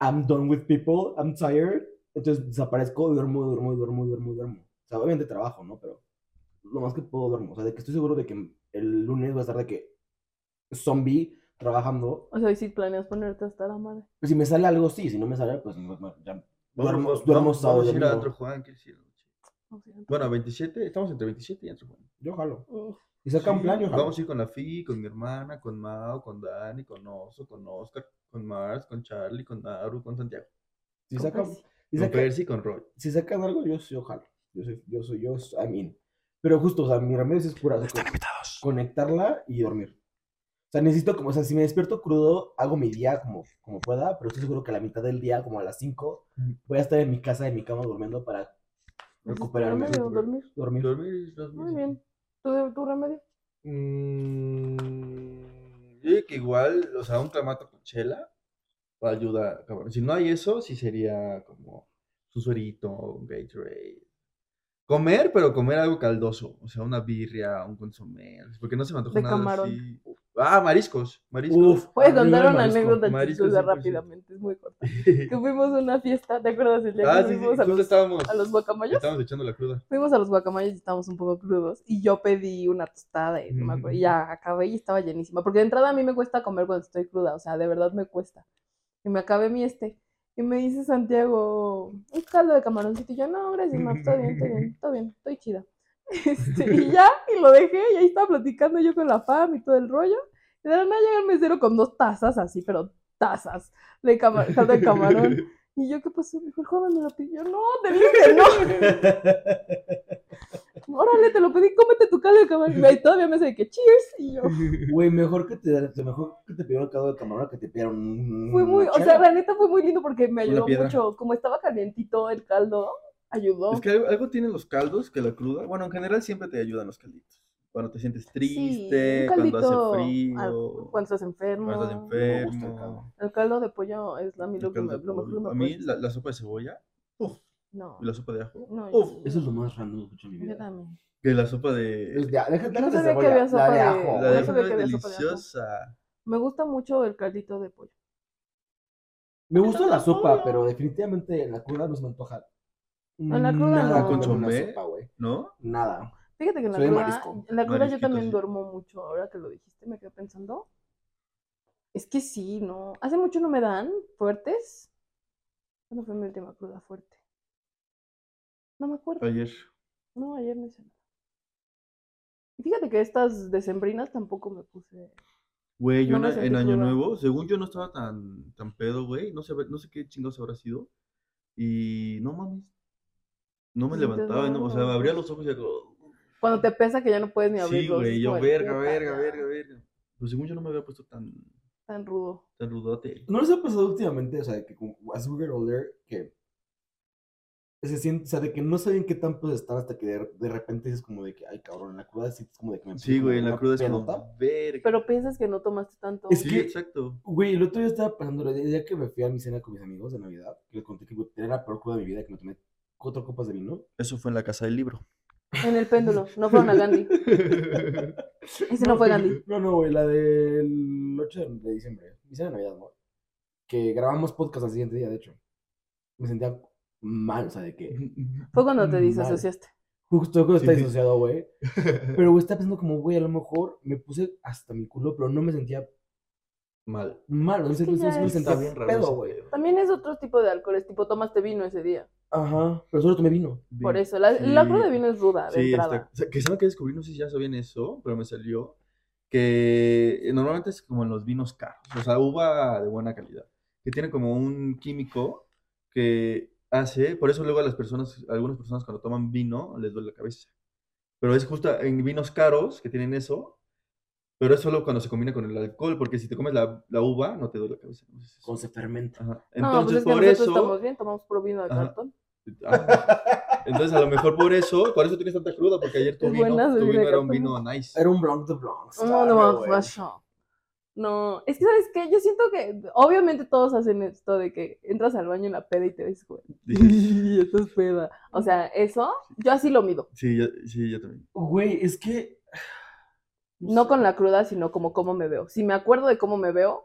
D: I'm done with people, I'm tired, entonces desaparezco, duermo, duermo, duermo, duermo, duermo. O sea, obviamente trabajo, ¿no? Pero lo más que puedo duermo. O sea, de que estoy seguro de que el lunes va a estar de que zombie trabajando.
A: O sea, hoy sí planeas ponerte hasta la madre.
D: Pues si me sale algo, sí. Si no me sale, pues no, no, ya. Duermo,
C: Vamos-
D: duermo
C: vamos-
D: sábado.
C: Vamos a ir a
D: domingo.
C: Antro Juan, ¿qué decir?
A: O sea,
C: Bueno, 27, estamos entre 27 y Antro Juan.
D: Yo jalo.
A: uf,
D: Y saca un plan, yo jalo.
C: Vamos a ir con la Fi, con mi hermana, con Mao, con Dani, con Oso, con Oscar, con Mars, con Charlie, con Naru, con Santiago.
D: Si
A: ¿cómo
D: sacan,
A: así?
D: si
C: Con
D: saca-
C: Percy, con Roy.
D: si sacan algo, yo, yo jalo. Yo soy, yo soy, yo, soy- I'm in. Pero justo, o sea, mi remedio es pura. o sea, con-
C: invitados.
D: conectarla y dormir. O sea, necesito como, o sea, si me despierto crudo, hago mi día como, como pueda, pero estoy seguro que a la mitad del día, como a las 5,
C: Ujú.
D: voy a estar en mi casa, en mi cama, durmiendo para
A: Entonces, tu
D: recuperarme,
A: remedio,
C: recuperar.
A: Pues, dormir.
D: dormir.
C: Dormir, dormir.
A: Muy bien. ¿Tu, tu remedio?
C: Ah, Mm, yo digo que igual, o sea, un clamato con chela ayuda a acabar. Si no hay eso, sí sería como un suerito, un Gatorade. Comer, pero comer algo caldoso. O sea, una birria, un consomé. Porque no se me antoja
A: De
C: nada
A: camarón.
C: así. Ah, mariscos. Mariscos.
D: Uf,
A: Puedes
D: arriba
A: contar
D: el
A: una
D: marisco.
A: anécdota
C: marisco,
A: chistosa
C: 100%.
A: rápidamente, es muy corta. Que fuimos a una fiesta, ¿te acuerdas el día
C: ah,
A: que
C: sí, sí.
A: fuimos a,
C: justo
A: los,
C: estábamos,
A: a los guacamayos?
C: estábamos echando la cruda.
A: Fuimos a los guacamayos y estábamos un poco crudos. Y yo pedí una tostada y no me acuerdo. Y ya acabé y estaba llenísima. Porque de entrada a mí me cuesta comer cuando estoy cruda. O sea, de verdad me cuesta. Y me acabé mi este. Y me dice Santiago, un caldo de camaroncito. Y yo, no, gracias, Mar, todo bien, todo bien, todo bien, estoy chida. Este, y ya, y lo dejé. Y ahí estaba platicando yo con la fam y todo el rollo. Y de la nada llega el mesero con dos tazas así, pero tazas de cama- caldo de camarón. Y yo, ¿qué pasó? Me dijo, el joven me lo pidió. No, te dije, no. Órale, te lo pedí, cómete tu caldo de camarón. Y ahí todavía me hace de que cheers. Y yo,
D: Güey, mejor que te, te- mejor que te pidieron caldo de camarón a que te pidieron un-
A: fue muy,
D: una
A: o
D: chela.
A: sea, la neta fue muy lindo porque me
C: Mm, Una
A: ayudó
C: piedra.
A: mucho. Como estaba calientito el caldo, ayudó.
C: Es que algo, algo tienen los caldos que la cruda. Bueno, en general siempre te ayudan los calditos. Cuando te sientes triste,
A: un
C: cuando
A: caldito,
C: hace frío,
A: ah, cuando estás enfermo.
C: cuando estás
D: me gusta el
C: enfermo.
D: caldo.
A: El caldo de pollo es la mi
C: el
A: lo que
C: caldo
A: me-
C: de
A: lo mejor que
C: pollo.
A: me
C: A mí
A: acuerdo.
C: la, la sopa de cebolla
A: No,
C: y la sopa de ajo.
A: no,
C: uf,
A: yo-
D: Eso es lo más random que escucho en mi
A: yo
D: vida.
A: también.
C: Que la sopa
D: Es
C: de...
D: de-
A: No
D: deja- deja de
A: sabía que
D: cebolla,
A: había sopa
D: la de
A: de-
D: ajo.
C: La de
A: no
C: ajo
A: sabía que había
C: es
A: sopa de ajo.
C: deliciosa.
A: Me gusta mucho el caldito de pollo.
D: Me gusta la sopa,
A: Hola.
D: pero definitivamente en la cruda no se me antoja.
A: En la cruda
D: nada
A: no.
D: con
C: Consomé.
D: una sopa, güey.
C: ¿no?
D: Nada.
A: Fíjate que en la
D: Soy de
A: cruda,
D: marisco.
A: en la cruda yo
C: Marisquito,
A: también
C: sí.
A: duermo mucho, ahora que lo dijiste me quedé pensando. Es que sí, no. Hace mucho no me dan fuertes. ¿Cuándo fue mi última cruda fuerte? No me acuerdo.
C: Ayer.
A: No, ayer no hice nada. Y fíjate que estas decembrinas tampoco me puse.
C: Güey, yo
A: No me
C: en- en,
A: sentí
C: Año
A: cruda.
C: Nuevo, según yo no estaba tan, tan pedo, güey. No sé, no sé qué chingados habrá sido. Y no mames. No me
A: Sí, te
C: levantaba, y no- o sea,
A: duele.
C: abría los ojos y era como...
A: Cuando te pesa que ya no puedes ni abrir
C: Sí, güey, yo, verga, verga, verga, verga. Pero según yo no me había puesto tan,
A: Tan rudo.
C: tan rudote.
D: ¿No les ha pasado últimamente, o sea, que como as we get older, que se siente, o sea, de que no saben qué tan pedos están hasta que de, de repente es como de que, ay, cabrón, en la cruda sí es como de que me
C: Sí,
D: puse
C: güey,
D: como
C: en la
D: una
C: cruda es
D: pedota.
C: como, verga.
A: Pero piensas que no tomaste tanto.
D: Es
C: sí,
D: que-
C: exacto.
D: Güey, el otro día estaba pasando, el día que me fui a mi cena con mis amigos de Navidad, que les conté que güey, era la peor cruda de mi vida, que me tomé cuatro copas de vino.
C: Eso fue en la casa del libro.
A: En el péndulo. No fueron a Gandhi. Ese no fue Gandhi.
D: No, no, güey, la del 8 de de diciembre, mi cena de Navidad, ¿no? Que grabamos podcast al siguiente día, de hecho. Me sentía mal, o sea, de que...
A: Fue
C: Mm,
A: cuando te
D: Mal.
A: disasociaste.
D: Justo cuando está
C: Sí, sí.
D: disociado, güey. Pero güey, estaba pensando como, güey, a lo mejor me puse hasta mi culo, pero no me sentía
C: Mal.
D: mal. No, sé,
A: que
D: no,
A: ya
D: sé, no me
A: es-
D: sentía
C: Está bien raro
D: pedo,
C: ese
D: güey.
C: pedo.
A: También es otro tipo de alcoholes, tipo tomaste vino ese día.
D: Ajá, pero solo tomé vino.
A: Por
C: Sí.
A: eso, la, la
C: Sí.
A: cruda de vino es ruda de
C: Sí, está-
A: entrada.
C: o sea, que saben que descubrí, no sé si ya sabían eso, pero me salió que eh, normalmente es como en los vinos caros, o sea, uva de buena calidad, que tiene como un químico que hace, por eso luego a las personas, a algunas personas cuando toman vino les duele la cabeza. Pero es justo en vinos caros que tienen eso, pero es solo cuando se combina con el alcohol, porque si te comes la, la uva no te duele la cabeza. no sé si-
D: Con se fermenta.
C: Ajá.
A: no, pues
C: Entonces,
A: es que
C: por
A: nosotros
C: eso,
A: estamos bien, tomamos puro vino de
C: Ajá.
A: cartón.
C: Ah, Entonces, a lo mejor por eso, por eso tienes tanta cruda, porque ayer tu
A: Es
C: vino,
A: buena
C: tu
A: bebida
C: vino
A: que
C: era un
A: tomo.
C: vino nice.
D: Era un Blanc de Blancs.
A: No, no,
D: claro,
A: no,
D: güey.
A: fashion. No, es que sabes qué, yo siento que obviamente todos hacen esto de que entras al baño en la peda y te ves güey.
C: Dices,
A: esto es peda. O sea, eso yo así lo mido,
C: sí, yo, sí, yo también.
A: Mm.
D: Güey, es que.
A: no
D: sé.
A: con la cruda, sino como cómo me veo. Si me acuerdo de cómo me veo,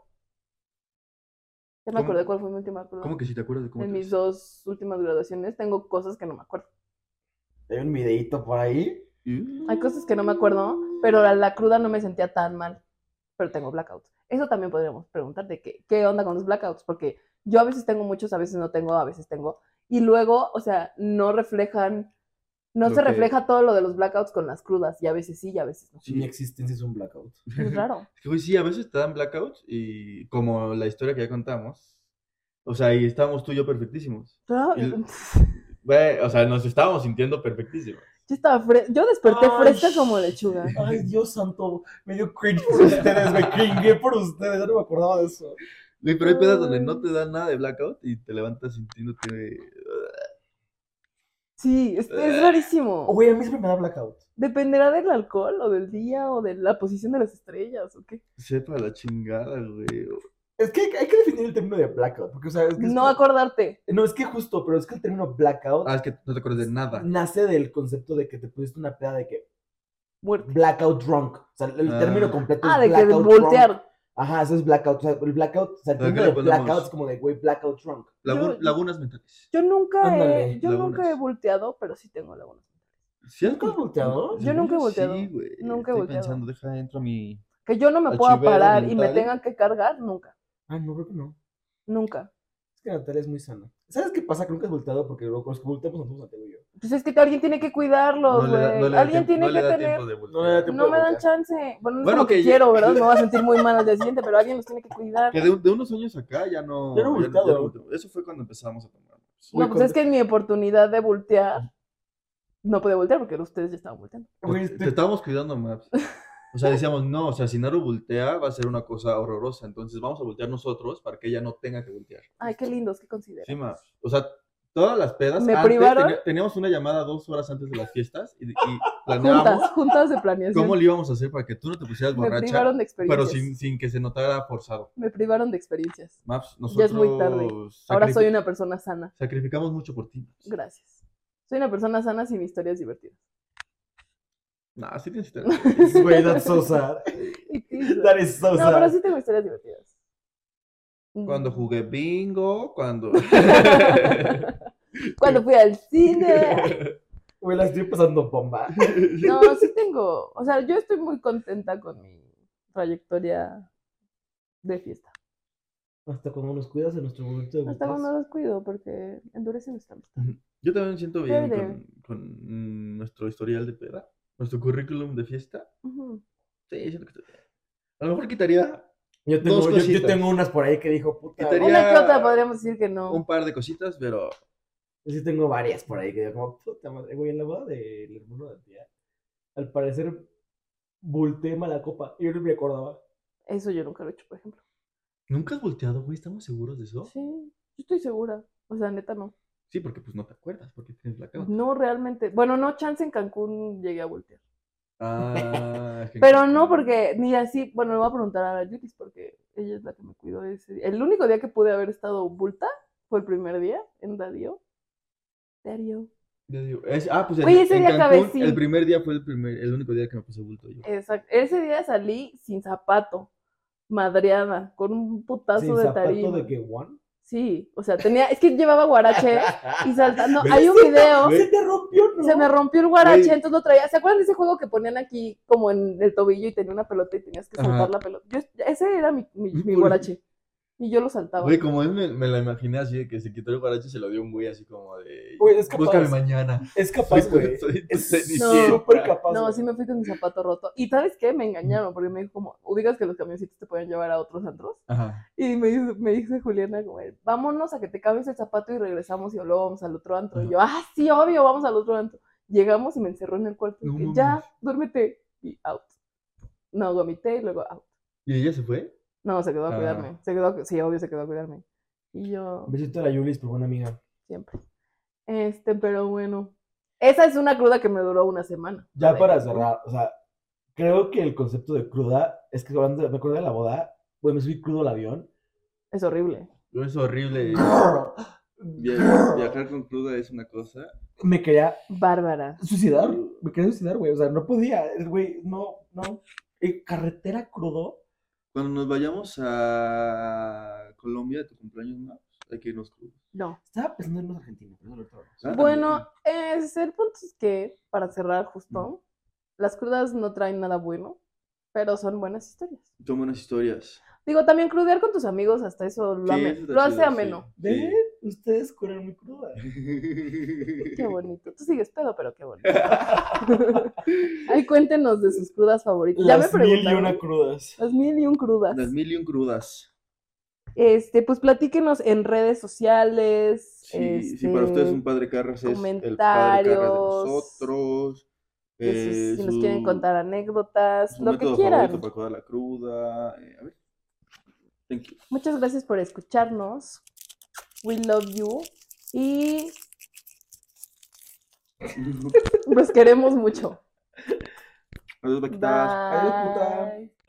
A: ya me
C: ¿Cómo-
A: acordé cuál fue mi última cruda.
C: ¿Cómo que si te acuerdas de cómo
A: en
C: te
A: mis
C: ves?
A: dos últimas graduaciones tengo cosas que no me acuerdo.
D: Hay un videito por ahí.
C: ¿Y?
A: Hay cosas que no me acuerdo, pero la, la cruda no me sentía tan mal. pero tengo blackouts. Eso también podríamos preguntarte, ¿qué, qué onda con los blackouts? Porque yo a veces tengo muchos, a veces no tengo, a veces tengo. Y luego, o sea, no reflejan, no
C: Lo
A: se
C: que-
A: refleja todo lo de los blackouts con las crudas. Y a veces sí, y a veces no.
C: Sí.
B: Mi existencia es un blackout.
A: Es raro.
C: Es que, güey, sí, a veces te dan blackouts y como la historia que ya contamos, o sea, y estábamos tú y yo perfectísimos.
A: Pero-
C: Y- Güey, o sea, nos estábamos sintiendo perfectísimos.
A: Yo estaba fre- yo desperté
D: Ay,
A: fresca
D: sh-
A: como lechuga.
D: Ay, Dios santo, me dio cringe por ustedes, me cringué por ustedes, yo no me acordaba de eso.
C: Güey, pero hay pedas donde
A: Ay.
C: no te dan nada de blackout y te levantas sintiéndote...
A: Sí, es,
D: Eh.
A: es rarísimo.
D: Oh, Güey, a mí siempre me da blackout.
A: Dependerá del alcohol o del día o de la posición de las estrellas o qué.
C: Sepa la chingada, güey.
D: Es que hay, hay que definir el término de blackout, porque, o sea, es que es
A: No
D: como-
A: acordarte.
D: no, es que justo, pero es que el término blackout
C: Ah, es que no te acuerdas de nada.
D: nace del concepto de que te pusiste una peda de que
A: Muerte.
D: blackout drunk. O sea, el
C: Ah.
D: término completo
A: Ah,
D: es
A: de que
D: blackout drunk.
A: voltear.
D: Ajá, eso es blackout. O sea, el blackout, o sea, el
C: ¿Pero qué
D: término de
C: le ponemos?
D: blackout es como de, güey, blackout drunk.
C: Lagun-
A: Yo-
C: lagunas mentales.
A: Yo nunca he,
D: Ándale,
A: yo
C: lagunas.
A: nunca he volteado, pero sí tengo lagunas.
C: ¿Sí has
D: ¿Nunca has
C: vol-
D: volteado?
A: Yo nunca he
C: Según yo
A: volteado.
C: Sí, güey.
A: Nunca he
C: Estoy
A: volteado.
C: pensando, deja dentro mi...
A: Que yo no me pueda
C: Archivero
A: parar y me
C: mental.
A: tengan que cargar, nunca.
D: Ah, no, creo que no.
A: Nunca.
D: Es que Natalia es muy sana. ¿Sabes qué pasa? Que nunca has volteado porque luego con los que volteamos nos vamos a y yo.
A: Pues es que alguien tiene que cuidarlos,
C: le da-
A: güey.
C: no le da
A: alguien tiene
C: tiempo- no le
A: que
C: da
A: tener.
C: tiempo de
D: No le da
C: voltear.
D: tiempo
A: No
D: de
A: me dan
D: voltear.
A: chance. Bueno, no es
C: Bueno,
A: como que,
C: que ya-
A: quiero, ¿verdad? Me voy a sentir muy mal al día siguiente, pero alguien los tiene que cuidar.
C: Que de, de unos años acá ya no.
D: Ya no he
C: ya
D: volteado.
C: ya no volteo. Eso fue cuando empezamos a
A: No,
C: tomar.
D: Güey,
A: pues es
D: cuando-
A: que en mi oportunidad de voltear, no podía voltear porque ustedes ya estaban volteando.
D: Güey,
C: Te,
D: este-
C: te estábamos cuidando más. O sea, decíamos, no, o sea, si Naru voltea va a ser una cosa horrorosa. Entonces vamos a voltear nosotros para que ella no tenga que voltear.
A: Ay, qué lindos, qué consideran.
C: Sí, ma. O sea, todas las pedas.
A: Me
C: antes
A: privaron.
C: teni- teníamos una llamada dos horas antes de las fiestas y, y planeábamos
A: Juntas, juntas de planeación.
C: cómo le íbamos a hacer para que tú no te pusieras
A: Me privaron
C: borracha,
A: de
C: pero
A: experiencias.
C: sin, sin que se notara forzado.
A: Me privaron de experiencias.
C: Maps,
A: Ya
C: nosotros.
A: es muy tarde. Ahora soy una persona sana.
C: Sacrificamos mucho por ti.
A: Gracias. Soy una persona sana sin historias divertidas.
C: No, así tienes que
D: Güey, that's so sad.
A: Y- y-
D: That is
A: No,
D: so
A: pero
D: sad.
A: sí tengo historias divertidas. Mm.
C: Cuando jugué bingo, cuando.
A: Cuando fui al cine.
D: Güey, la estoy pasando bomba.
A: No, sí tengo. O sea, yo estoy muy contenta con mi trayectoria de fiesta.
D: Hasta cuando nos cuidas de nuestro momento
A: Hasta
D: de voltear.
A: cuando los cuido porque endurece nuestra amistad.
C: Yo también siento bien
A: Chévere.
C: con, con, mm, nuestro historial de peda, nuestro currículum de fiesta.
A: Ujú.
C: Sí, siento que estoy bien. A lo mejor quitaría
D: Yo tengo,
C: Dos
D: yo- yo,
C: cositas.
D: tengo unas por ahí que dijo, puta.
C: Quitaría-
D: güey.
A: Una que otra podríamos decir que no.
C: un par de cositas, pero.
D: Yo sí tengo varias por ahí que digo, como, puta madre, güey, en la boda del hermano de tía. Al parecer, volteé mala copa. Yo no me acordaba.
A: Eso yo nunca lo he hecho, por ejemplo.
C: ¿Nunca has volteado, güey? ¿Estamos seguros de eso? Sí,
A: Sí, yo estoy segura. O sea, neta no.
C: porque pues no te acuerdas, porque tienes la cama.
A: No realmente. Bueno, no, chance en Cancún llegué a voltear.
C: Ah, es que-
A: Pero no, porque ni así, bueno, le voy a preguntar a la Yuris porque ella es la que me cuidó ese día. El único día que pude haber estado bulta fue el primer día en Darío. Darío.
C: Ya digo, es- ah, pues en-
A: Oye, ese
C: en
A: día
C: Cancún,
A: cabecí.
C: el primer día fue el primer, el único día que me puse bulto yo.
A: Exacto. Ese día salí sin zapato, madreada, con un putazo
D: Sin
A: de
D: zapato
A: tarima.
D: de que Juan.
A: Sí, o sea, tenía, es que llevaba guarache y saltando.
C: Ve-
A: Hay un video.
C: ve-
D: Se te rompió, ¿no?
A: Se me Ah, rompió el guarache,
C: Güey.
A: entonces lo traía. ¿Se acuerdan de ese juego que ponían aquí como en el tobillo y tenía una pelota y tenías que saltar
C: Ajá.
A: la pelota? Yo- ese era mi, mi, mi
C: Uy.
A: guarache. Y yo lo saltaba.
C: Güey, como él me, me la imaginé así, de que se quitó el guarache y se lo dio un güey así como de...
D: Güey, es capaz.
C: Búscame mañana.
D: Es capaz, güey.
C: Soy tu
D: Es
C: cenicienta.
D: súper capaz.
A: No,
D: güey.
A: sí me fui con mi zapato roto. ¿Y sabes qué? Me engañaron porque me dijo como, ubicas que los camioncitos te pueden llevar a otros antros.
C: Ajá.
A: Y me dice, me dice Juliana como, vámonos a que te cambies el zapato y regresamos y luego vamos al otro antro. Y yo, ah, sí, obvio, vamos al otro antro. Llegamos y me encerró en el cuarto. y
C: No
A: dije,
C: mames.
A: ya, duérmete. Y out. No, vomité y luego out.
C: ¿Y ella se fue?
A: No, se quedó a
C: Ah.
A: cuidarme. Se quedó, a cu- sí, obvio, se quedó a cuidarme. Y yo,
D: Besito a la Yulis, por buena amiga.
A: siempre. Este, pero bueno. Esa es una cruda que me duró una semana.
D: Ya
A: Joder.
D: para cerrar, o sea, creo que el concepto de cruda es que hablando, de- me acuerdo de la boda, güey, me subí crudo al avión.
A: Es horrible.
C: Es horrible. Via- Viajar con cruda es una cosa.
D: Me quería
A: Bárbara.
D: suicidar, me quería suicidar, güey, o sea, no podía, eh, güey, no, no. Eh, carretera crudo,
C: Cuando nos vayamos a Colombia de tu cumpleaños, ¿no? hay que irnos crudos.
A: No.
D: estaba pensando en irnos a Argentina, pero no lo trago.
C: Ah,
A: Bueno, es, el punto es que, para cerrar justo, las crudas no traen nada bueno. Pero son buenas historias.
C: Son buenas historias.
A: Digo, también crudear con tus amigos, hasta eso lo,
C: Sí,
A: ame-
C: eso está
A: lo hace
C: chido,
A: ameno.
D: ¿Ven? Ustedes curan muy cruda.
C: sí.
A: Qué bonito. Tú sigues pedo, pero qué bonito. Ahí cuéntenos de sus crudas favoritas. Ya me
D: Las mil y
A: preguntaron.
D: una crudas.
A: Las mil y un crudas.
C: Las mil y un crudas.
A: Este, pues platíquenos en redes sociales.
C: Sí, sí, para ustedes un
A: este,
C: padre Carras es el padre Carras de
A: comentarios,
C: nosotros.
A: de sus-
C: eh,
A: si nos
C: su-
A: quieren contar anécdotas,
C: su
A: lo que
C: método
A: quieran.
C: favorito para cuidar la cruda. eh, a ver. Thank you.
A: Muchas gracias por escucharnos. We love you. Y los queremos mucho.
C: Adiós, vaquitas.
A: Bye.
D: Adiós, puta.